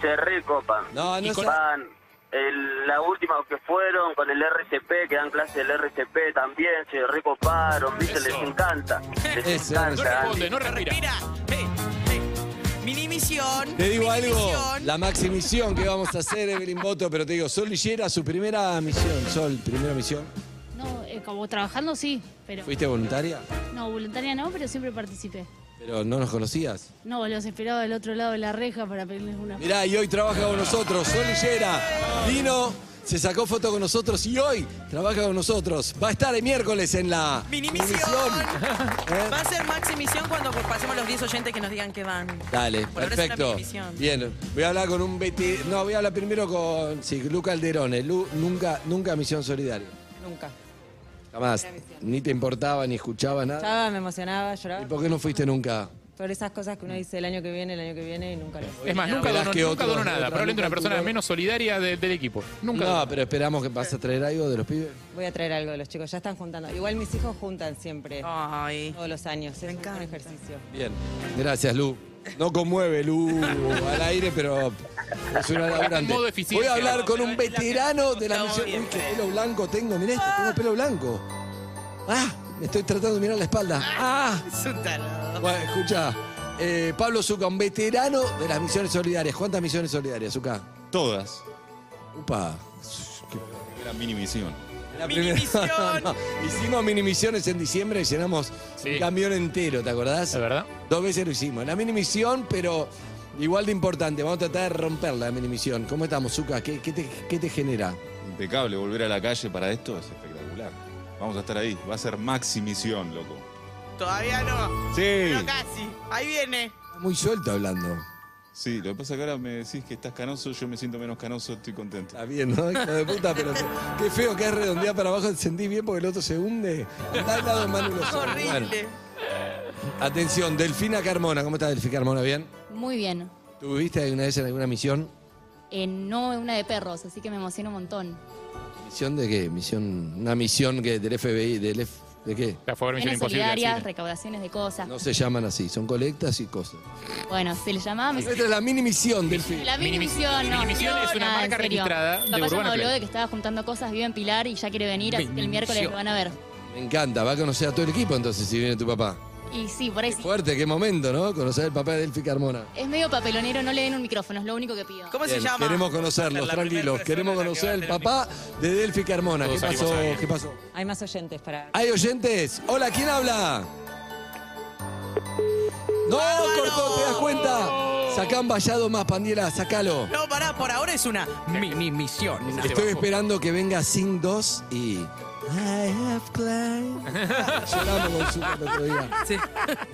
Speaker 2: se recopan.
Speaker 3: No, no
Speaker 2: Y
Speaker 3: sé.
Speaker 2: van, el- la última que fueron con el RCP, que dan clase del RCP también, se recoparon, viste,
Speaker 5: Eso.
Speaker 2: les encanta. Les
Speaker 3: Eso,
Speaker 5: No
Speaker 2: encanta.
Speaker 5: responde, no respira.
Speaker 6: Respira. Hey, hey. Mini misión.
Speaker 3: Te digo
Speaker 6: mini
Speaker 3: algo,
Speaker 6: misión.
Speaker 3: la maximisión que vamos a hacer, Evelyn Boto, pero te digo, Sol Lillera, su primera misión. Sol, primera misión.
Speaker 10: No, eh, como trabajando sí, pero
Speaker 3: ¿Fuiste voluntaria?
Speaker 10: no, voluntaria no, pero siempre participé.
Speaker 3: Pero no nos conocías.
Speaker 10: No, los esperaba del otro lado de la reja para pedirles una foto.
Speaker 3: Mirá, y hoy trabaja con nosotros, Sol Lillera. Dino se sacó foto con nosotros y hoy trabaja con nosotros. Va a estar el miércoles en la
Speaker 6: Mini misión.
Speaker 3: ¿Eh?
Speaker 6: Va a ser maxi misión cuando pasemos los 10 oyentes que nos digan que van.
Speaker 3: Dale,
Speaker 6: Por ahora es una
Speaker 3: perfecto.
Speaker 6: minimisión.
Speaker 3: Bien, voy a hablar con un veti... No, voy a hablar primero con sí, Luca Alderone. Lu- nunca, nunca misión solidaria.
Speaker 11: Nunca.
Speaker 3: Jamás. Ni te importaba, ni escuchaba nada.
Speaker 11: Estaba, me emocionaba,
Speaker 3: ¿Y
Speaker 11: lloraba.
Speaker 3: por qué no fuiste nunca?
Speaker 11: Por esas cosas que uno dice el año que viene, el año que viene y nunca lo
Speaker 5: Es más, nunca
Speaker 3: Esperás
Speaker 5: donó,
Speaker 3: que
Speaker 5: nunca
Speaker 3: otros-
Speaker 5: donó nada.
Speaker 3: otras
Speaker 5: Probablemente una
Speaker 3: nunca
Speaker 5: persona
Speaker 3: tuvieron-
Speaker 5: menos solidaria de- del equipo. Nunca.
Speaker 3: No,
Speaker 5: donó.
Speaker 3: Ah, pero esperamos que
Speaker 5: <laughs>
Speaker 3: vas a traer algo de los pibes.
Speaker 11: Voy a traer algo de los chicos, ya están juntando. Igual mis hijos juntan siempre,
Speaker 6: Ay.
Speaker 11: todos los años. Es
Speaker 6: Me
Speaker 11: un buen
Speaker 6: encanta.
Speaker 11: ejercicio.
Speaker 3: Bien. Gracias, Lu. No conmueve, Lu, al aire, pero es una laburante.
Speaker 5: Modo eficiencia.
Speaker 3: Voy a hablar con un
Speaker 4: Pero es la que-
Speaker 3: veterano de la
Speaker 4: Estamos
Speaker 3: misión.
Speaker 4: bien.
Speaker 3: Uy, qué pelo blanco tengo. Mirá esto, tengo pelo blanco. Ah, me estoy tratando de mirar la espalda.
Speaker 5: <laughs>
Speaker 3: Ah. Bueno, escucha. eh, Pablo Zucca, un veterano de las misiones solidarias. ¿Cuántas misiones solidarias, Zucca?
Speaker 12: Todas.
Speaker 3: Upa.
Speaker 12: Era mini misión.
Speaker 3: La primera- <laughs> No, no. Hicimos minimisiones en diciembre y llenamos
Speaker 5: Sí.
Speaker 3: un camión entero, ¿te acordás?
Speaker 5: ¿Es verdad?
Speaker 3: Dos veces lo hicimos. La minimisión, pero igual de importante. Vamos a tratar de romper la minimisión. ¿Cómo estamos, Zuka? ¿Qué, qué te, qué te genera?
Speaker 12: Impecable, volver a la calle para esto es espectacular. Vamos a estar ahí, va a ser maxi misión, loco.
Speaker 6: Todavía no.
Speaker 12: Sí.
Speaker 6: casi. Ahí viene.
Speaker 3: Muy suelto hablando.
Speaker 12: Sí, lo que pasa es que ahora me decís que estás canoso, yo me siento menos canoso, estoy contento.
Speaker 3: Está bien, ¿no? Hijo de puta, pero te- qué feo que es redondear para abajo. Sentí bien porque el otro se hunde. Está al lado de Manu Lozano. Bueno,
Speaker 6: Horrible.
Speaker 3: atención, Delfina Carmona. ¿Cómo estás, Delfina Carmona? ¿Bien?
Speaker 10: Muy bien.
Speaker 3: ¿Tuviste alguna vez en alguna misión?
Speaker 10: Eh, no una de perros, así que me emociona un montón.
Speaker 3: ¿Misión de qué? ¿Misión? ¿Una misión que del FBI? Del F- ¿De qué?
Speaker 5: La favor Misión
Speaker 10: Acciones
Speaker 5: Imposible. al
Speaker 10: solidarias,
Speaker 5: cine.
Speaker 10: recaudaciones de cosas.
Speaker 3: No se llaman así, son colectas y cosas.
Speaker 10: Bueno, se le llamaba misión.
Speaker 3: Esta es la mini misión del film.
Speaker 10: La mini misión, no.
Speaker 5: Minimisión
Speaker 10: no,
Speaker 5: es una
Speaker 10: nada,
Speaker 5: marca
Speaker 10: en serio.
Speaker 5: registrada de
Speaker 10: Papá ya
Speaker 5: Urbana
Speaker 10: me habló
Speaker 5: Play.
Speaker 10: de que estaba juntando cosas, vive en Pilar y ya quiere venir, así que el miércoles lo van a ver.
Speaker 3: Me encanta, va a conocer a todo el equipo entonces si viene tu papá.
Speaker 10: Y sí, por ahí sí.
Speaker 3: Fuerte, qué momento, ¿no? Conocer el papá de Delphi Carmona.
Speaker 10: Es medio papelonero, no le den un micrófono, es lo único que pido.
Speaker 2: ¿Cómo
Speaker 3: Bien, Queremos conocerlos, tranquilos. Queremos conocer el papá de Delphi Carmona. ¿Qué
Speaker 5: Todos salimos
Speaker 3: pasó?
Speaker 5: ahí.
Speaker 3: ¿Qué pasó?
Speaker 11: Hay más oyentes para.
Speaker 3: ¿Hay oyentes? Hola, ¿quién habla? No, cortó, ¿te das cuenta? Sacán vallado más, Pandiela, sacalo.
Speaker 2: No, pará, por ahora es una mi, mi misión.
Speaker 6: Este
Speaker 3: Estoy esperando que venga Sing 2 y. I have climbed. Lloramos con Zucca el otro día.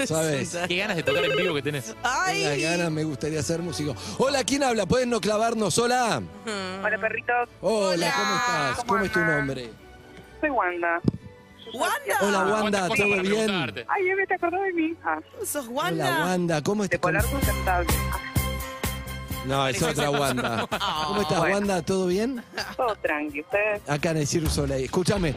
Speaker 3: ¿Sabes?
Speaker 5: Qué ganas de tocar en vivo que tenés.
Speaker 2: Ay.
Speaker 3: Las ganas me gustaría ser músico. Hola, ¿quién habla? ¿Pueden no clavarnos? Hola.
Speaker 13: Hola, perritos.
Speaker 3: Hola, ¿cómo estás? ¿Cómo es tu nombre?
Speaker 13: Soy Wanda.
Speaker 2: ¡Wanda!
Speaker 3: Hola, Wanda,
Speaker 5: cosas
Speaker 3: ¿todo
Speaker 5: para
Speaker 3: bien?
Speaker 5: preguntarte.
Speaker 13: Ay, Eve, ¿te acordás de mí? Ah,
Speaker 2: ¿Sos
Speaker 3: Hola,
Speaker 2: Wanda?
Speaker 3: Wanda, ¿cómo estás?
Speaker 13: polar sustentable.
Speaker 3: No, es otra Wanda. <laughs> ¿Cómo
Speaker 13: Ah,
Speaker 3: estás,
Speaker 13: Bueno.
Speaker 3: Wanda? ¿Todo bien?
Speaker 13: Ah, todo tranqui. Ustedes,
Speaker 3: Acá en el Cirque du Soleil. Escúchame,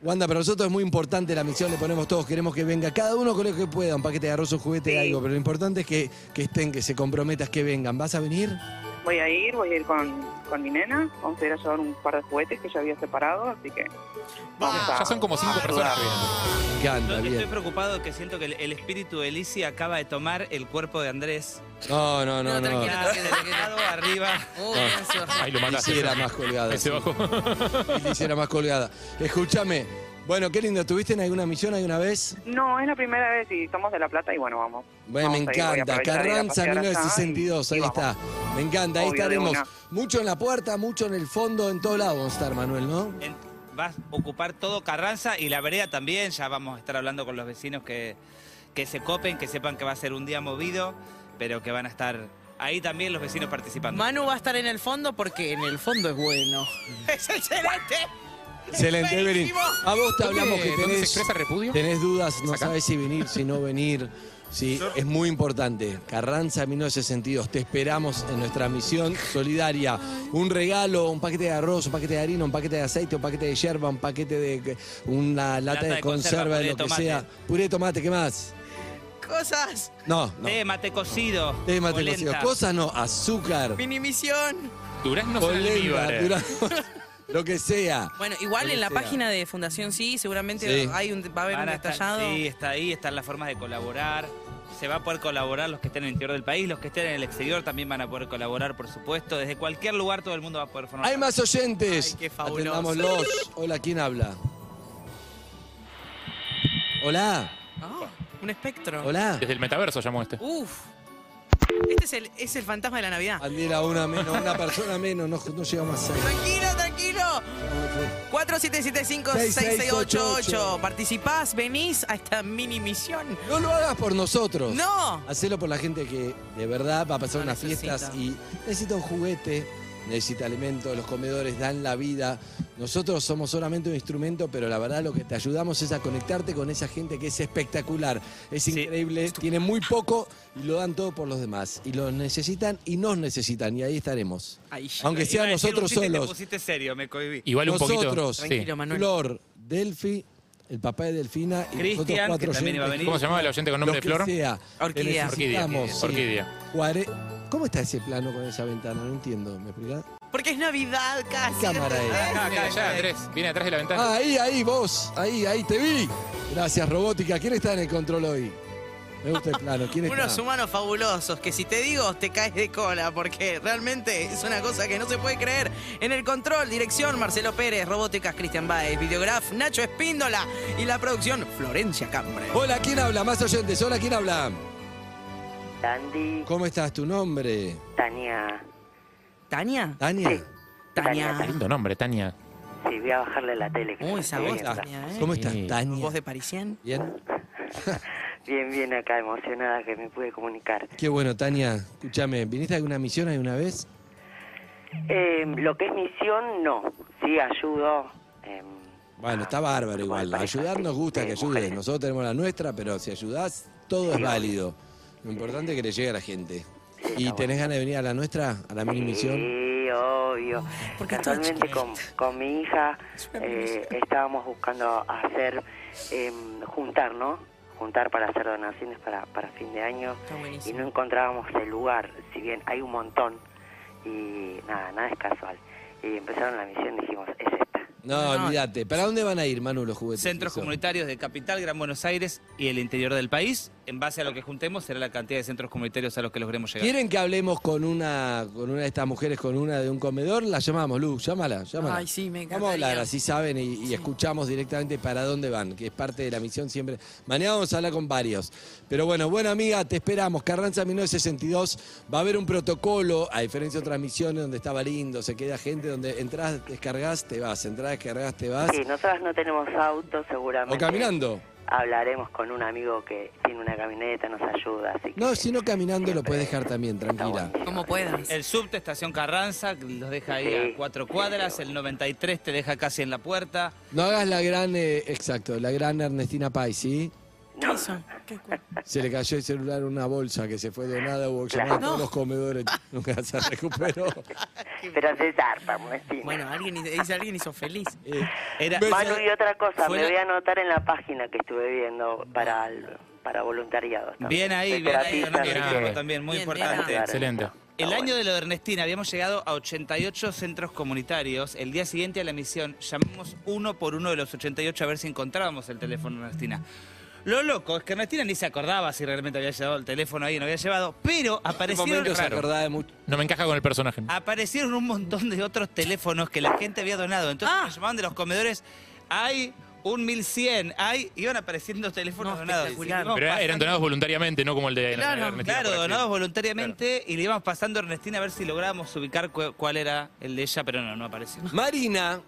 Speaker 3: Wanda, para nosotros es muy importante la misión, le ponemos todos, queremos que venga cada uno con lo que pueda, un paquete de arroz, un juguete,
Speaker 13: Sí.
Speaker 3: algo, pero lo importante es que, que estén, que se comprometas, que vengan. ¿Vas a venir?
Speaker 13: voy a ir, voy a ir con, con mi nena. Vamos a ir a llevar un par de juguetes que ya había separado, así que... Vamos a...
Speaker 5: Ya son como cinco personas.
Speaker 3: Que anda,
Speaker 4: Estoy
Speaker 3: bien.
Speaker 4: preocupado que siento que el, el espíritu de Lizzie acaba de tomar el cuerpo de Andrés.
Speaker 3: No, no, no,
Speaker 2: No,
Speaker 3: no.
Speaker 2: tranquila.
Speaker 4: Está sentado arriba.
Speaker 2: <laughs> Muy bien, Sor.
Speaker 5: Ahí lo mataste.
Speaker 3: Lizzie era más colgada.
Speaker 5: Ahí se
Speaker 3: sí.
Speaker 5: bajó.
Speaker 3: Lizzie era más colgada. Escúchame. Bueno, qué lindo. ¿Tuviste en alguna misión alguna vez?
Speaker 13: No, es la primera vez y somos de La Plata y bueno, vamos.
Speaker 3: Bueno, me
Speaker 13: Vamos a ir, voy a
Speaker 3: encanta.
Speaker 13: aprovechar de ir a
Speaker 3: Carranza
Speaker 13: pasear allá
Speaker 3: 1962,
Speaker 13: y-
Speaker 3: ahí
Speaker 13: y vamos.
Speaker 3: está. Me encanta, ahí
Speaker 13: Obvio, de
Speaker 3: estaremos.
Speaker 13: una.
Speaker 3: Mucho en la puerta, mucho en el fondo, en todo lado vamos a estar, Manuel, ¿no?
Speaker 4: En- vas a ocupar todo Carranza y la vereda también. Ya vamos a estar hablando con los vecinos que, que se copen, que sepan que va a ser un día movido, pero que van a estar ahí también los vecinos participando.
Speaker 2: Manu va a estar en el fondo porque en el fondo es bueno. ¡Es excelente!
Speaker 3: Excelente, Evelyn.
Speaker 2: Buenísimo.
Speaker 3: A vos te hablamos que
Speaker 5: ¿Dónde- dónde se
Speaker 3: tenés,
Speaker 5: expresa repudio?
Speaker 3: tenés dudas, no
Speaker 5: acá?
Speaker 3: sabes si venir, si no venir. Sí, es muy importante. Carranza 1962, te esperamos en nuestra misión solidaria. Un regalo, un paquete de arroz, un paquete de harina, un paquete de aceite, un paquete de yerba, un paquete de una lata, de, conserva, de
Speaker 4: puré
Speaker 3: lo que
Speaker 4: de tomate.
Speaker 3: sea. Puré de tomate, ¿qué más?
Speaker 2: Cosas.
Speaker 3: No, Ah, no.
Speaker 4: Té, mate cocido.
Speaker 3: Té, mate
Speaker 4: polenta.
Speaker 3: cocido. Cosas no, azúcar,
Speaker 2: Mini misión.
Speaker 5: Durazno son
Speaker 3: polenta,
Speaker 5: almíbares.
Speaker 3: durazno, <laughs> lo que sea.
Speaker 2: eh. Bueno, igual
Speaker 3: Lo que
Speaker 2: en la
Speaker 3: sea.
Speaker 2: página de Fundación Sí, seguramente
Speaker 3: Sí.
Speaker 2: Hay un, va a haber un
Speaker 4: Van a estar-
Speaker 2: detallado.
Speaker 4: sí, está ahí, están las formas de colaborar. Se va a poder colaborar los que estén en el interior del país, los que estén en el exterior también van a poder colaborar, por supuesto. Desde cualquier lugar todo el mundo va a poder formar.
Speaker 3: Hay más oyentes.
Speaker 2: Ay, qué fabuloso.
Speaker 3: Atendámoslos. Hola, ¿quién habla? Hola,
Speaker 2: Ah, un espectro.
Speaker 3: hola.
Speaker 5: Desde el metaverso llamó este.
Speaker 2: Uf. Este es el, es el fantasma de la Navidad.
Speaker 3: Bandera, una menos, una persona menos, no, no llegamos a seis.
Speaker 2: Tranquilo, tranquilo. 4775-6688. Participás, venís a esta mini misión.
Speaker 3: No lo hagas por nosotros.
Speaker 2: ¡No!
Speaker 3: Hacelo por la gente que de verdad va a pasar
Speaker 2: Lo
Speaker 3: unas
Speaker 2: necesita.
Speaker 3: fiestas y necesita un juguete, necesita alimentos, los comedores dan la vida. Nosotros somos solamente un instrumento, pero la verdad lo que te ayudamos es a conectarte con esa gente que es espectacular, es increíble, tiene muy poco y lo dan todo por los demás. Y los necesitan y nos necesitan y ahí estaremos.
Speaker 2: Ahí.
Speaker 3: Aunque sea
Speaker 4: Iba a decir un
Speaker 3: nosotros
Speaker 4: chiste y te
Speaker 3: solos.
Speaker 4: pusiste serio, me cohibí.
Speaker 5: Igual un poquito.
Speaker 3: Nosotros.
Speaker 5: Sí.
Speaker 2: Tranquilo, Manuel.
Speaker 3: Flor, Delphi, el papá de Delfina y nosotros
Speaker 4: Cristian,
Speaker 3: cuatro
Speaker 4: que también iba a
Speaker 3: oyentes.
Speaker 4: venir.
Speaker 5: ¿Cómo se llamaba el oyente con
Speaker 3: Lo
Speaker 5: nombre de
Speaker 3: que
Speaker 5: Flor?
Speaker 3: sea.
Speaker 2: Orquídea.
Speaker 3: Te necesitamos, sí.
Speaker 5: Orquídea.
Speaker 3: Cuare- ¿Cómo está ese plano con esa ventana? No entiendo, ¿me explicás?
Speaker 2: Porque es Navidad casi.
Speaker 3: cámara es?
Speaker 2: <laughs>
Speaker 5: Ah, Acá, acá, allá, Andrés. Viene atrás de la ventana.
Speaker 3: Ahí, ahí, vos. Ahí, ahí, te vi. Gracias, robótica. ¿Quién está en el control hoy? Me gusta el plano.
Speaker 4: <laughs>
Speaker 3: ¿Quién está?
Speaker 2: Unos humanos fabulosos que si te digo te caes de cola porque realmente es una cosa que no se puede creer. En el control, dirección Marcelo Pérez, robóticas Cristian Baez, videograf Nacho Espíndola y la producción Florencia Cambre.
Speaker 3: Hola, ¿quién habla? Más oyentes. Hola, ¿quién habla?
Speaker 14: Dandy,
Speaker 3: ¿Cómo estás? ¿Tu nombre?
Speaker 14: Tania.
Speaker 2: ¿Tania?
Speaker 3: ¿Tania?
Speaker 14: Sí.
Speaker 5: Qué
Speaker 2: Tania.
Speaker 5: lindo nombre, Tania.
Speaker 14: Sí, voy a bajarle la tele. que
Speaker 2: Uy,
Speaker 14: está
Speaker 2: esa
Speaker 14: muy
Speaker 2: voz,
Speaker 14: bien, está.
Speaker 2: Tania, ¿eh?
Speaker 3: ¿Cómo estás,
Speaker 5: Sí.
Speaker 3: Tania?
Speaker 2: ¿Voz de Parisien?
Speaker 3: ¿Bien?
Speaker 14: <laughs> Bien, bien acá, emocionada que me pude comunicar.
Speaker 3: Qué bueno, Tania. Escúchame, ¿viniste a alguna misión alguna vez?
Speaker 14: Eh, lo que es misión, no. Sí, ayudo. em,
Speaker 3: Bueno,
Speaker 14: a-
Speaker 3: está bárbaro
Speaker 14: como
Speaker 3: igual.
Speaker 14: pareja,
Speaker 3: Ayudar nos
Speaker 14: sí,
Speaker 3: gusta
Speaker 14: de
Speaker 3: que ayudes.
Speaker 14: mujeres.
Speaker 3: Nosotros tenemos la nuestra, pero si ayudás, todo es
Speaker 14: Sí,
Speaker 3: válido. Lo importante es que le llegue a la gente.
Speaker 14: Sí,
Speaker 3: ¿Y
Speaker 14: está
Speaker 3: tenés ganas de venir a la nuestra, a la mini misión?
Speaker 14: Sí, obvio.
Speaker 2: Porque estaba
Speaker 14: Casualmente
Speaker 2: chiquita.
Speaker 14: con, con mi hija eh, estábamos buscando hacer, em, juntar, ¿no? Juntar para hacer donaciones para, para fin de año.
Speaker 2: Está
Speaker 14: y
Speaker 2: buenísimo.
Speaker 14: no encontrábamos el lugar, si bien hay un montón y nada, nada es casual. Y empezaron la misión, dijimos, es esta.
Speaker 3: No, olvídate. ¿Para dónde van a ir, Manu, los juguetes?
Speaker 4: Centros
Speaker 3: Eso.
Speaker 4: comunitarios de Capital, Gran Buenos Aires y el interior del país. En base a lo que juntemos será la cantidad de centros comunitarios a los que logremos llegar.
Speaker 3: ¿Quieren que hablemos con una, con una de estas mujeres, con una de un comedor? La llamamos, Lu, llámala, llámala.
Speaker 6: Ay, sí, me encanta.
Speaker 3: Vamos a hablar, así saben, y, y escuchamos directamente para dónde van, que es parte de la misión siempre. Mañana vamos a hablar con varios. Pero bueno, buena amiga, te esperamos. Carranza 1962, va a haber un protocolo, a diferencia de otras misiones donde estaba lindo, se queda gente, donde entras, descargas, te vas, entras, descargas, te vas.
Speaker 14: Sí, nosotras no tenemos auto, seguramente.
Speaker 3: O caminando.
Speaker 14: Hablaremos con un amigo que tiene una camioneta, nos ayuda, así que...
Speaker 3: No, si no caminando lo puedes dejar también, tranquila.
Speaker 4: Como puedan. El subte, estación Carranza, los deja ahí a cuatro cuadras. El 93 te deja casi en la puerta.
Speaker 3: No hagas la gran, eh, exacto, la gran Ernestina Pai, ¿sí?
Speaker 14: <laughs>
Speaker 3: Se le cayó el celular en una bolsa que se fue donada, hubo que llamar a
Speaker 6: Claro.
Speaker 3: todos
Speaker 6: No.
Speaker 3: los comedores, nunca se
Speaker 6: <laughs>
Speaker 3: recuperó.
Speaker 14: Pero se zarpa, Ernestina.
Speaker 6: Bueno, alguien, hizo- alguien hizo feliz.
Speaker 3: Eh.
Speaker 14: Manu, y otra cosa,
Speaker 6: fue
Speaker 14: me
Speaker 6: la-
Speaker 14: voy a anotar en la página que estuve viendo para, el- para voluntariados. también.
Speaker 4: Bien ahí,
Speaker 14: De
Speaker 4: bien ahí,
Speaker 14: terapista,
Speaker 4: ganando el
Speaker 14: así
Speaker 4: equipo
Speaker 14: que-
Speaker 4: también, muy
Speaker 14: Bien,
Speaker 4: importante.
Speaker 14: bien.
Speaker 5: Excelente.
Speaker 4: El año de lo de Ernestina habíamos llegado a 88 centros comunitarios. El día siguiente a la misión llamamos uno por uno de los 88 a ver si encontrábamos el teléfono de Ernestina. Lo loco es que Ernestina ni se acordaba si realmente había llevado el teléfono ahí, no había llevado, pero aparecieron, raro,
Speaker 5: No me encaja con el personaje.
Speaker 4: aparecieron un montón de otros teléfonos que la gente había donado. Entonces nos llamaban de los comedores, hay un 1100, hay, iban apareciendo teléfonos donados. Y seguimos
Speaker 5: Pero eran
Speaker 4: pasando-
Speaker 5: donados voluntariamente, no como el
Speaker 4: Claro,
Speaker 5: de Ernestina
Speaker 4: claro,
Speaker 5: por accidente.
Speaker 4: donados voluntariamente y le íbamos pasando a Ernestina a ver si lográbamos ubicar cu- cuál era el de ella, pero no, no apareció.
Speaker 3: Marina.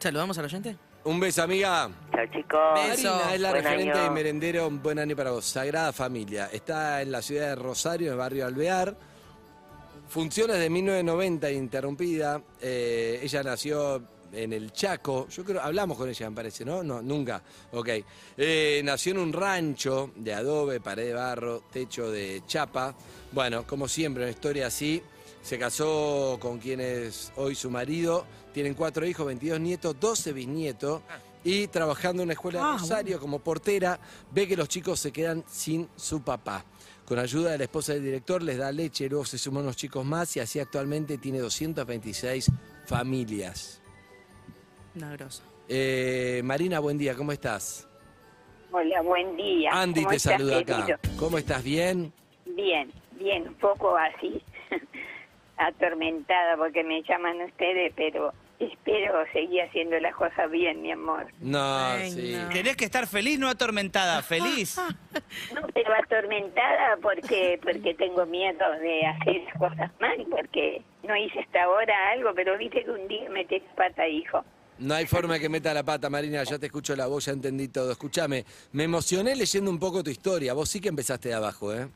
Speaker 6: ¿Saludamos a la gente?
Speaker 3: Un beso, amiga.
Speaker 14: Chao, chicos.
Speaker 3: Marina es la
Speaker 14: Buen
Speaker 3: referente
Speaker 14: año.
Speaker 3: de Merendero, un buen año para vos, Sagrada Familia. Está en la ciudad de Rosario, en el barrio Alvear. Funciona desde 1990, interrumpida. Eh, ella nació en el Chaco. Yo creo, hablamos con ella, me parece, ¿no? No, nunca. Ok. Eh, nació en un rancho de adobe, pared de barro, techo de chapa. Bueno, como siempre, una historia así. Se casó con quien es hoy su marido. Tienen cuatro hijos, 22 nietos, 12 bisnietos. Y trabajando en una escuela de
Speaker 11: Ah,
Speaker 3: Rosario como portera, ve que los chicos se quedan sin su papá. Con ayuda de la esposa del director les da leche, luego se suman unos chicos más y así actualmente tiene 226 familias.
Speaker 6: Una grosa.
Speaker 3: Eh, Marina, buen día, ¿cómo estás?
Speaker 15: Hola, buen día.
Speaker 3: Andy
Speaker 15: ¿Cómo
Speaker 3: te
Speaker 15: estás,
Speaker 3: saluda
Speaker 15: querido?
Speaker 3: acá. ¿Cómo estás? ¿Bien?
Speaker 15: Bien, bien, un poco así, <laughs> atormentada porque me llaman ustedes, pero espero seguir haciendo las cosas bien, mi amor.
Speaker 3: No,
Speaker 4: sí. Tenés que estar feliz, no atormentada, feliz.
Speaker 15: <laughs> No, pero atormentada porque porque tengo miedo de hacer las cosas mal, porque no hice hasta ahora algo, pero viste que un día metes pata, hijo.
Speaker 3: No hay forma que meta la pata, Marina, ya te escucho la voz, ya entendí todo. Escúchame, me emocioné leyendo un poco tu historia. Vos sí que empezaste de abajo, ¿eh?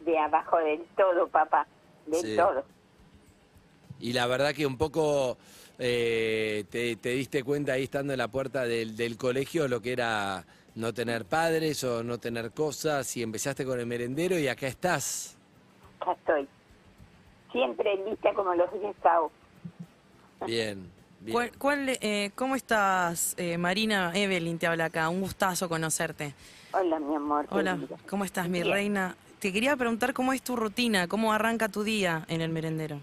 Speaker 15: De abajo del todo, papá, del
Speaker 3: Sí.
Speaker 15: todo.
Speaker 3: Y la verdad que un poco eh, te, te diste cuenta ahí estando en la puerta del, del colegio lo que era no tener padres o no tener cosas y empezaste con el merendero y acá estás.
Speaker 15: Acá estoy. Siempre lista como los desahogo.
Speaker 3: Bien, bien.
Speaker 6: ¿Cuál, cuál, eh, ¿Cómo estás, eh, Marina? Evelyn te habla acá. Un gustazo conocerte.
Speaker 15: Hola, mi amor.
Speaker 6: Hola, ¿cómo estás, mi
Speaker 15: Bien.
Speaker 6: reina? Te quería preguntar cómo es tu rutina, cómo arranca tu día en el merendero.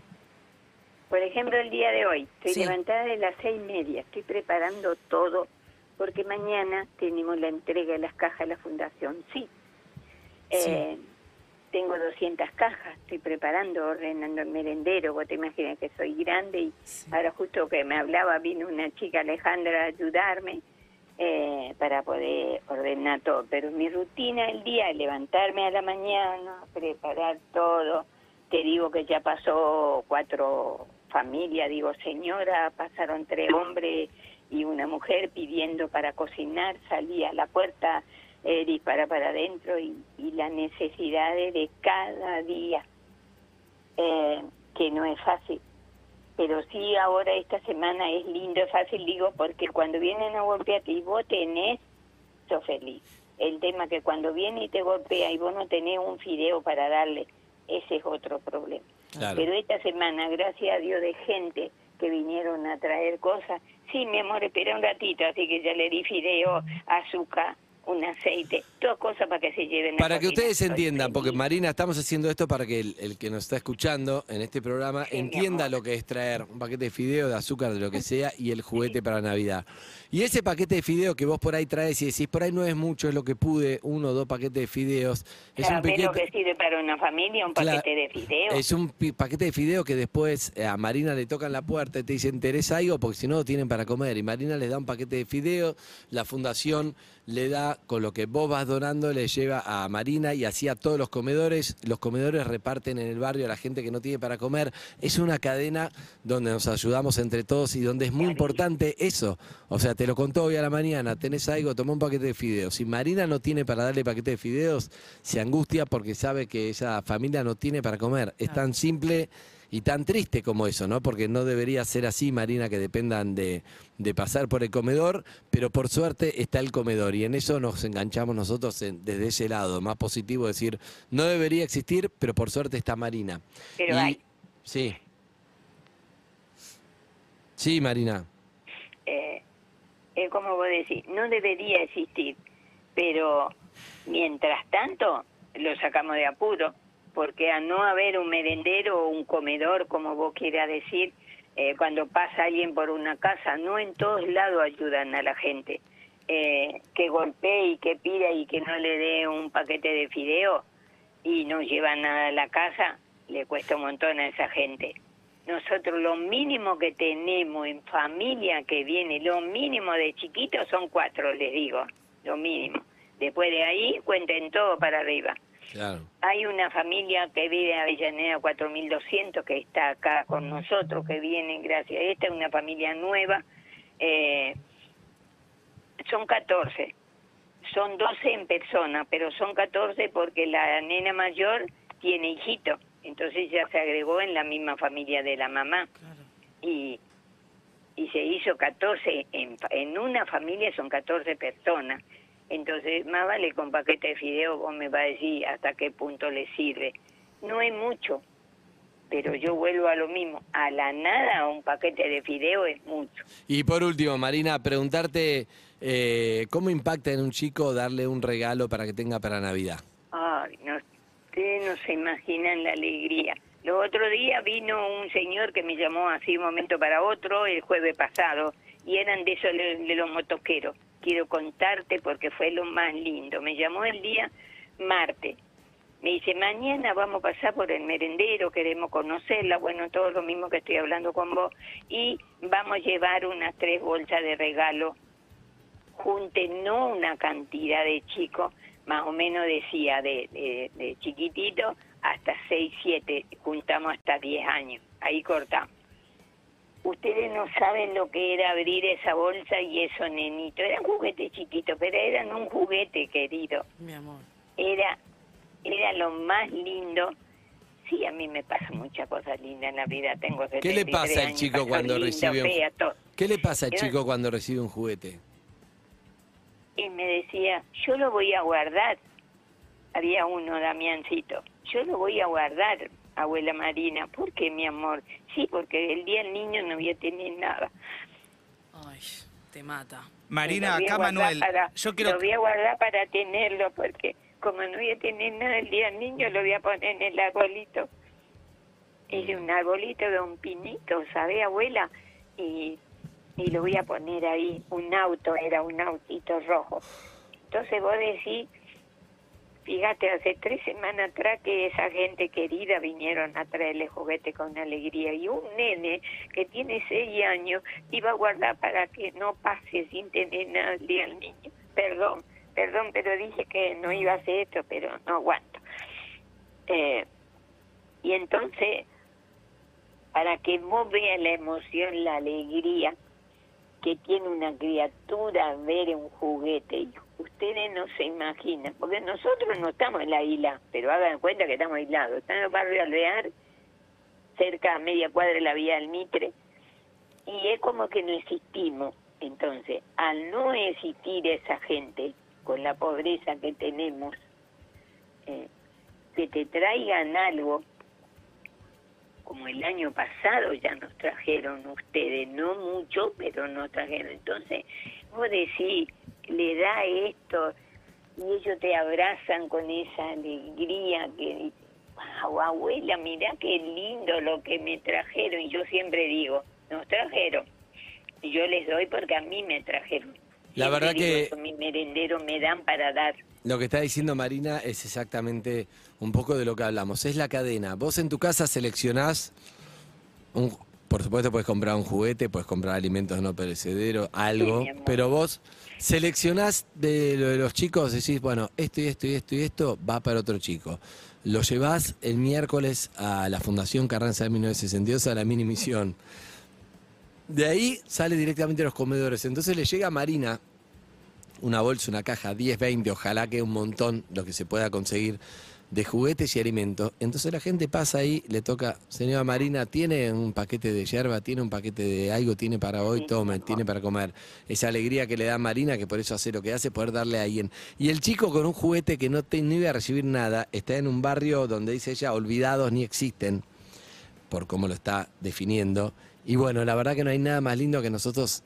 Speaker 15: Por ejemplo, el día de hoy, estoy
Speaker 6: Sí.
Speaker 15: levantada de las seis y media, estoy preparando todo, porque mañana tenemos la entrega de las cajas a la Fundación. Sí. Eh, Tengo 200 cajas, estoy preparando, ordenando el merendero, vos te imaginas que soy grande y ahora justo que me hablaba vino una chica Alejandra a ayudarme eh, para poder ordenar todo, pero mi rutina el día es levantarme a la mañana, preparar todo, te digo que ya pasó cuatro familias, digo señora, pasaron tres hombres y una mujer pidiendo para cocinar, salí a la puerta, eh, dispara para adentro y, y las necesidades de cada día, eh, que no es fácil. Pero sí, ahora esta semana es lindo, es fácil, digo, porque cuando vienen a golpearte y vos tenés, sos feliz. El tema que cuando viene y te golpea y vos no tenés un fideo para darle, ese es otro problema.
Speaker 16: Claro.
Speaker 15: Pero esta semana, gracias a Dios, de gente que vinieron a traer cosas. Sí, mi amor, espera un ratito, así que ya le di fideo, azúcar, un aceite, dos cosas para que se lleven. a
Speaker 3: Para que
Speaker 15: caminar.
Speaker 3: ustedes entiendan, porque Marina, estamos haciendo esto para que el, el que nos está escuchando en este programa entienda lo que es traer un paquete de fideo, de azúcar, de lo que sea, y el juguete para Navidad. Y ese paquete de fideo que vos por ahí traes y decís, por ahí no es mucho, es lo que pude, uno o dos paquetes de fideos. Es un
Speaker 15: ¿Sabés
Speaker 3: paquete,
Speaker 15: lo que sirve para una familia? Un
Speaker 3: Claro.
Speaker 15: paquete de fideos.
Speaker 3: es un pi- paquete de fideo que después eh, a Marina le tocan la puerta y te dicen, ¿tenés algo? Porque si no, no tienen para comer. Y Marina les da un paquete de fideo, la fundación le da, con lo que vos vas donando, le lleva a Marina y así a todos los comedores. Los comedores reparten en el barrio a la gente que no tiene para comer. Es una cadena donde nos ayudamos entre todos y donde es muy importante eso. O sea, te lo contó hoy a la mañana, tenés algo, toma un paquete de fideos. Si Marina no tiene para darle paquete de fideos, se angustia porque sabe que esa familia no tiene para comer. Es tan simple y tan triste como eso, ¿no? Porque no debería ser así, Marina, que dependan de, de pasar por el comedor, pero por suerte está el comedor y en eso nos enganchamos nosotros en- desde ese lado, más positivo, decir, no debería existir, pero por suerte está Marina.
Speaker 15: Pero
Speaker 3: Y-
Speaker 15: hay.
Speaker 3: Sí. Sí, Marina.
Speaker 15: eh, es como vos decís, no debería existir, pero mientras tanto lo sacamos de apuro, porque a no haber un merendero o un comedor, como vos quieras decir, eh, cuando pasa alguien por una casa, no en todos lados ayudan a la gente. Eh, que golpee y que pida y que no le dé un paquete de fideo y no lleva nada a la casa, le cuesta un montón a esa gente. Nosotros lo mínimo que tenemos en familia que viene, lo mínimo de chiquitos son cuatro, les digo, lo mínimo. Después de ahí cuenten todo para arriba.
Speaker 3: Claro.
Speaker 15: Hay una familia que vive en Avellaneda 4200 que está acá con nosotros, que vienen gracias a esta, una familia nueva. Eh, son 14, son 12 en persona, pero son 14 porque la nena mayor tiene hijito, entonces ya se agregó en la misma familia de la mamá. Y, y se hizo 14, en, fa- en una familia son 14 personas. Entonces, más vale con paquete de fideo, vos me vas a decir hasta qué punto le sirve. No es mucho, pero yo vuelvo a lo mismo. A la nada, un paquete de fideo es mucho.
Speaker 3: Y por último, Marina, preguntarte eh, cómo impacta en un chico darle un regalo para que tenga para Navidad.
Speaker 15: Ay, no, ustedes no se imaginan la alegría. Los otro día vino un señor que me llamó así un momento para otro el jueves pasado y eran de esos de, de los motoqueros. Quiero contarte porque fue lo más lindo. Me llamó el día martes. Me dice, mañana vamos a pasar por el merendero, queremos conocerla, bueno, todo lo mismo que estoy hablando con vos, y vamos a llevar unas tres bolsas de regalo junten no una cantidad de chicos, más o menos decía de, de, de chiquitito hasta 6, 7, juntamos hasta 10 años, ahí cortamos. Ustedes no saben lo que era abrir esa bolsa y eso, nenito. Eran juguetes chiquitos, pero eran un juguete, querido.
Speaker 6: Mi amor.
Speaker 15: Era, era lo más lindo. Sí, a mí me pasa muchas cosas lindas en la vida. Tengo
Speaker 3: ¿Qué le
Speaker 15: 73
Speaker 3: pasa al
Speaker 15: años,
Speaker 3: chico
Speaker 15: paso
Speaker 3: cuando
Speaker 15: lindo,
Speaker 3: recibe
Speaker 15: fea, todo.
Speaker 3: un... ¿Qué le pasa al
Speaker 15: Yo-
Speaker 3: chico cuando recibe un juguete?
Speaker 15: y me decía, yo lo voy a guardar. Había uno, Damiancito, yo lo voy a guardar, abuela Marina. ¿Por qué, mi amor? Sí, porque el día del niño no voy a tener nada.
Speaker 6: Ay, te mata.
Speaker 15: Lo
Speaker 4: Marina,
Speaker 15: voy a
Speaker 4: acá
Speaker 15: guardar
Speaker 4: Manuel.
Speaker 15: para-
Speaker 4: Yo quiero.
Speaker 15: Lo voy a guardar para tenerlo, porque como no voy a tener nada el día del niño, lo voy a poner en el arbolito. Era un arbolito de un pinito, ¿sabe, abuela? Y, y lo voy a poner ahí, un auto, era un autito rojo. Entonces vos decís, fíjate, hace tres semanas atrás que esa gente querida vinieron a traerle juguete con alegría y un nene que tiene seis años iba a guardar para que no pase sin tener nada el día al niño. Perdón, perdón, pero dije que no iba a hacer esto, pero no aguanto. Eh, y entonces, para que vos veas la emoción, la alegría que tiene una criatura ver un juguete, y ustedes no se imaginan, porque nosotros no estamos en la isla, pero hagan cuenta que estamos aislados, estamos en el barrio Alvear, cerca a media cuadra de la vía del Mitre, y es como que no existimos. Entonces, al no existir esa gente, con la pobreza que tenemos, eh, que te traigan algo, como el año pasado ya nos trajeron ustedes, no mucho, pero nos trajeron. Entonces, vos decís, le da esto y ellos te abrazan con esa alegría que wow abuela mirá qué lindo lo que me trajeron y yo siempre digo nos trajeron y yo les doy porque a mí me trajeron
Speaker 3: La
Speaker 15: Siempre
Speaker 3: verdad
Speaker 15: digo
Speaker 3: que-
Speaker 15: eso, mi merendero me dan para dar
Speaker 3: Lo que está diciendo Marina es exactamente un poco de lo que hablamos. Es la cadena. Vos en tu casa seleccionás, un- por supuesto puedes comprar un juguete, puedes comprar alimentos no perecederos, algo,
Speaker 15: mi amor.
Speaker 3: pero vos seleccionás de lo de los chicos, decís, bueno, esto y esto y esto y esto va para otro chico. Lo llevás el miércoles a la Fundación Carranza de 1962 a la mini misión. De ahí sale directamente a los comedores. Entonces le llega a Marina una bolsa, una caja, 10, 20, ojalá que un montón, lo que se pueda conseguir, de juguetes y alimentos. Entonces la gente pasa ahí, le toca, señora Marina, tiene un paquete de yerba, tiene un paquete de algo, tiene para hoy, tome, tiene para comer. Esa alegría que le da Marina, que por eso hace lo que hace, poder darle a alguien. Y el chico con un juguete que no, te, no iba a recibir nada, está en un barrio donde dice ella, olvidados ni existen por cómo lo está definiendo. Y bueno, la verdad que no hay nada más lindo que nosotros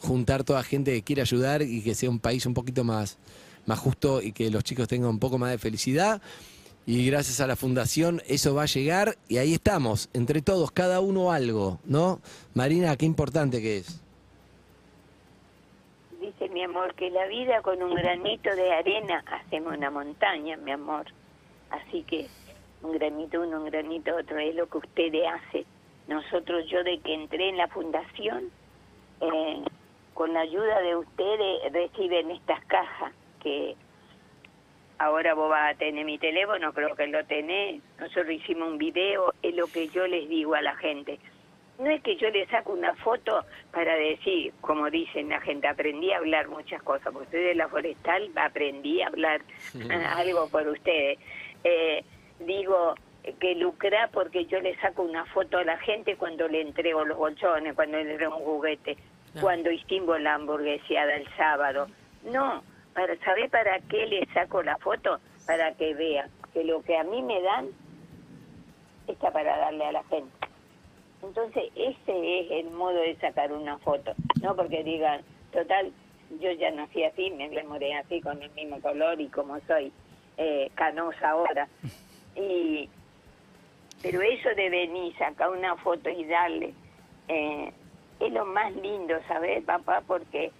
Speaker 3: juntar toda gente que quiere ayudar y que sea un país un poquito más, más justo y que los chicos tengan un poco más de felicidad. Y gracias a la fundación eso va a llegar y ahí estamos, entre todos, cada uno algo, ¿no? Marina, qué importante que es.
Speaker 15: Dice mi amor que la vida con un granito de arena hacemos una montaña, mi amor. Así que un granito uno, un granito otro es lo que ustedes hacen. Nosotros, yo de que entré en la fundación, eh, con la ayuda de ustedes reciben estas cajas que ahora vos vas a tener mi teléfono, creo que lo tenés. Nosotros hicimos un video, es lo que yo les digo a la gente. No es que yo le saco una foto para decir, como dicen la gente, aprendí a hablar muchas cosas, porque soy de la forestal, aprendí a hablar ah, algo por ustedes. Eh, digo eh, que lucra porque yo le saco una foto a la gente cuando le entrego los bolsones, cuando le entrego un juguete, cuando hicimos la hamburgueseada el sábado. No, para saber para qué le saco la foto, para que vean que lo que a mí me dan está para darle a la gente. Entonces, ese es el modo de sacar una foto, no porque digan, total, yo ya nací así, me enamoré así, con el mismo color y como soy eh, canosa ahora. Y, pero eso de venir, sacar una foto y darle, eh, es lo más lindo, ¿sabes, papá? Porque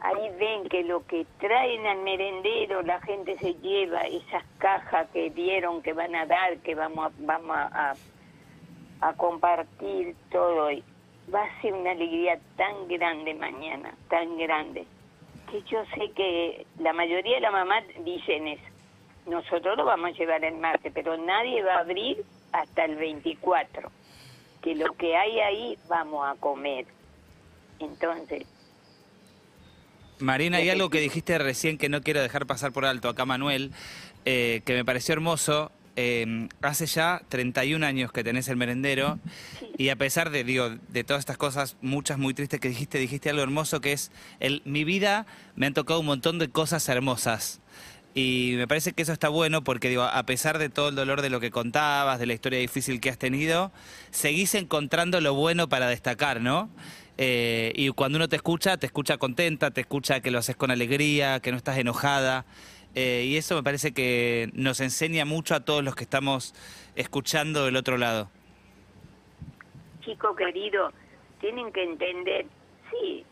Speaker 15: ahí ven que lo que traen al merendero, la gente se lleva esas cajas que dieron, que van a dar, que vamos a- vamos a- a a compartir todo y va a ser una alegría tan grande mañana, tan grande, que yo sé que la mayoría de la mamá dicen eso. Nosotros lo vamos a llevar el martes, pero nadie va a abrir hasta el 24, que lo que hay ahí vamos a comer. Entonces,
Speaker 4: Marina, hay algo que dijiste recién que no quiero dejar pasar por alto acá, Manuel, eh, que me pareció hermoso. Eh, hace ya 31 años que tenés el merendero y a pesar de, digo, de todas estas cosas, muchas muy tristes que dijiste, dijiste algo hermoso que es, el, mi vida me han tocado un montón de cosas hermosas. Y me parece que eso está bueno porque, digo, a pesar de todo el dolor de lo que contabas, de la historia difícil que has tenido, seguís encontrando lo bueno para destacar, ¿no? Eh, y cuando uno te escucha, te escucha contenta, te escucha que lo haces con alegría, que no estás enojada. Eh, y eso me parece que nos enseña mucho a todos los que estamos escuchando del otro lado.
Speaker 15: chico querido, tienen que entender, sí,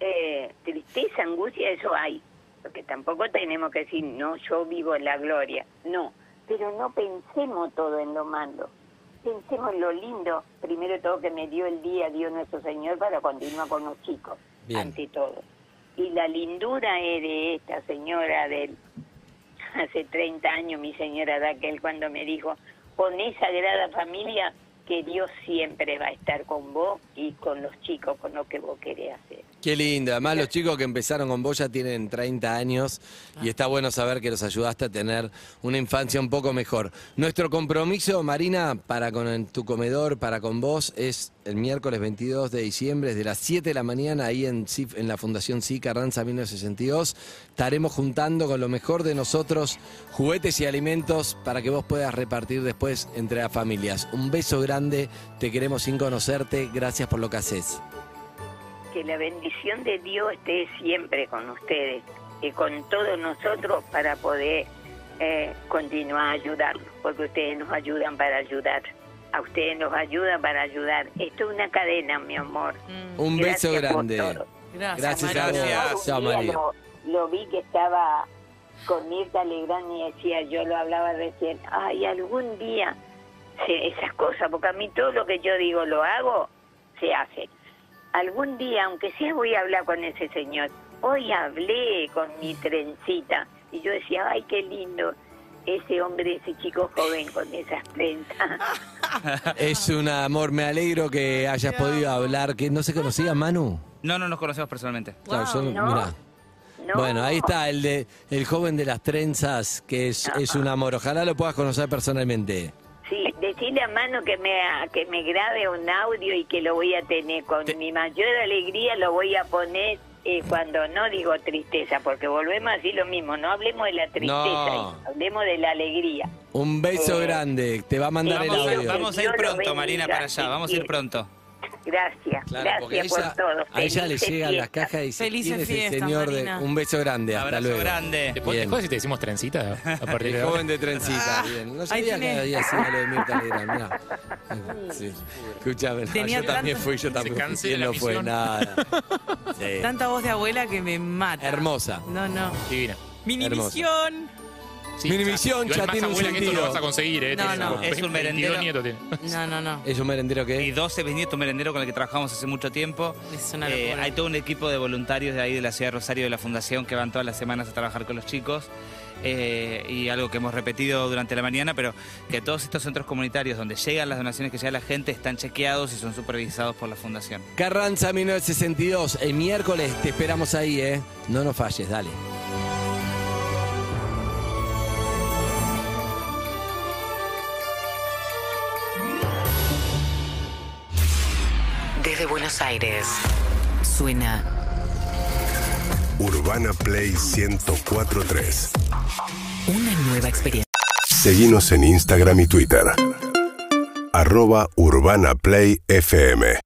Speaker 15: eh, tristeza, angustia, eso hay, porque tampoco tenemos que decir, no, yo vivo en la gloria, no, pero no pensemos todo en lo malo, pensemos en lo lindo, primero de todo que me dio el día, Dios nuestro Señor, para continuar con los chicos,
Speaker 11: Bien.
Speaker 15: ante todo. Y la lindura es de esta señora del <laughs> hace 30 años mi señora Raquel cuando me dijo, con esa sagrada familia que Dios siempre va a estar con vos y con los chicos, con lo que vos querés hacer.
Speaker 3: Qué lindo. Además, los chicos que empezaron con vos ya tienen 30 años y está bueno saber que los ayudaste a tener una infancia un poco mejor. Nuestro compromiso, Marina, para con el- tu comedor, para con vos, es el miércoles 22 de diciembre, desde las 7 de la mañana, ahí en, CIF en la Fundación CIC Carranza 1962. Estaremos juntando con lo mejor de nosotros juguetes y alimentos para que vos puedas repartir después entre las familias. Un beso grande, te queremos sin conocerte, gracias por lo que haces.
Speaker 15: Que la bendición de Dios esté siempre con ustedes, y con todos nosotros para poder eh, continuar a ayudarlos, porque ustedes nos ayudan para ayudar. A ustedes nos ayudan para ayudar. Esto es una cadena, mi amor.
Speaker 3: Un beso
Speaker 15: Gracias por
Speaker 3: grande.
Speaker 15: todo.
Speaker 3: Gracias, a vos. Chao,
Speaker 15: Mira,
Speaker 3: María.
Speaker 15: Lo, lo vi que estaba con Mirta Legrand y decía, yo lo hablaba recién, ay, algún día se- esas cosas, porque a mí todo lo que yo digo lo hago, se hace. Algún día, aunque sea, voy a hablar con ese señor. Hoy hablé con mi trencita y yo decía, ay, qué lindo ese hombre, ese chico joven con esas trenzas.
Speaker 3: Es un amor, me alegro que hayas podido hablar, que no se conocía Manu.
Speaker 4: No, no nos conocemos personalmente.
Speaker 3: Claro, yo-
Speaker 4: Ah, no.
Speaker 3: mirá. Bueno, ahí está el de el joven de las trenzas, que es, es un amor. Ojalá lo puedas conocer personalmente.
Speaker 15: Sí, decirle a Mano que me, que me grabe un audio y que lo voy a tener con mi mayor alegría, lo voy a poner eh, cuando no digo tristeza, porque volvemos a decir lo mismo, no hablemos de la tristeza,
Speaker 3: No.
Speaker 15: hijo, hablemos de la alegría.
Speaker 3: Un beso grande, te va a mandar el
Speaker 4: Vamos, a-
Speaker 3: audio.
Speaker 4: vamos a ir
Speaker 15: Yo lo
Speaker 4: pronto,
Speaker 15: bendiga,
Speaker 4: Marina, para
Speaker 15: si
Speaker 4: allá. Vamos a ir
Speaker 15: quiere.
Speaker 4: pronto.
Speaker 15: Gracias,
Speaker 3: Claro, porque
Speaker 15: gracias
Speaker 3: ella,
Speaker 15: por todo.
Speaker 3: a ella le
Speaker 15: Felices
Speaker 3: llegan las
Speaker 15: fiestas.
Speaker 3: cajas y dice, "¿Quién es el señor de un beso grande, hasta
Speaker 5: Abrazo
Speaker 3: luego.
Speaker 5: grande. Después,
Speaker 3: Bien.
Speaker 5: después si te decimos trencita, a partir de
Speaker 3: <laughs> El
Speaker 5: ahora.
Speaker 3: joven de
Speaker 4: Ah.
Speaker 3: trencita, bien. No sabía que
Speaker 5: tiene.
Speaker 3: había sido lo de Mirta Legrand, mirá.
Speaker 4: <laughs>
Speaker 3: Sí. Escuchame, no,
Speaker 6: Tenía
Speaker 3: yo también
Speaker 6: tanto-
Speaker 3: fui, yo también fui. ¿Quién no
Speaker 4: <laughs>
Speaker 3: fue? Nada. Sí.
Speaker 6: Tanta voz de abuela que me mata.
Speaker 3: Hermosa.
Speaker 6: No, no.
Speaker 5: Divina.
Speaker 3: <laughs>
Speaker 6: Minimisión.
Speaker 3: Minimisión
Speaker 5: Igual
Speaker 3: ya
Speaker 5: más
Speaker 3: tiene un
Speaker 5: abuela que esto no
Speaker 3: sentido.
Speaker 5: vas a conseguir, ¿eh?
Speaker 6: No,
Speaker 5: Tiene
Speaker 6: no.
Speaker 5: como
Speaker 4: Es un
Speaker 5: 22
Speaker 4: merendero.
Speaker 5: nietos tiene.
Speaker 6: No, no, no.
Speaker 3: ¿Es un merendero qué?
Speaker 4: Y 12 bisnietos, un merendero con el que trabajamos hace mucho tiempo. Eh, hay todo un equipo de voluntarios de ahí de la ciudad de Rosario de la Fundación que van todas las semanas a trabajar con los chicos. Eh, y algo que hemos repetido durante la mañana, pero que todos estos centros comunitarios donde llegan las donaciones que llega la gente están chequeados y son supervisados por la fundación.
Speaker 3: Carranza 1962, el miércoles te esperamos ahí, ¿eh? No nos falles, dale.
Speaker 11: Desde Buenos Aires. Suena
Speaker 1: Urbana Play 1043.
Speaker 11: una nueva experiencia.
Speaker 1: Seguimos en Instagram y Twitter. Arroba Urbana Play FM.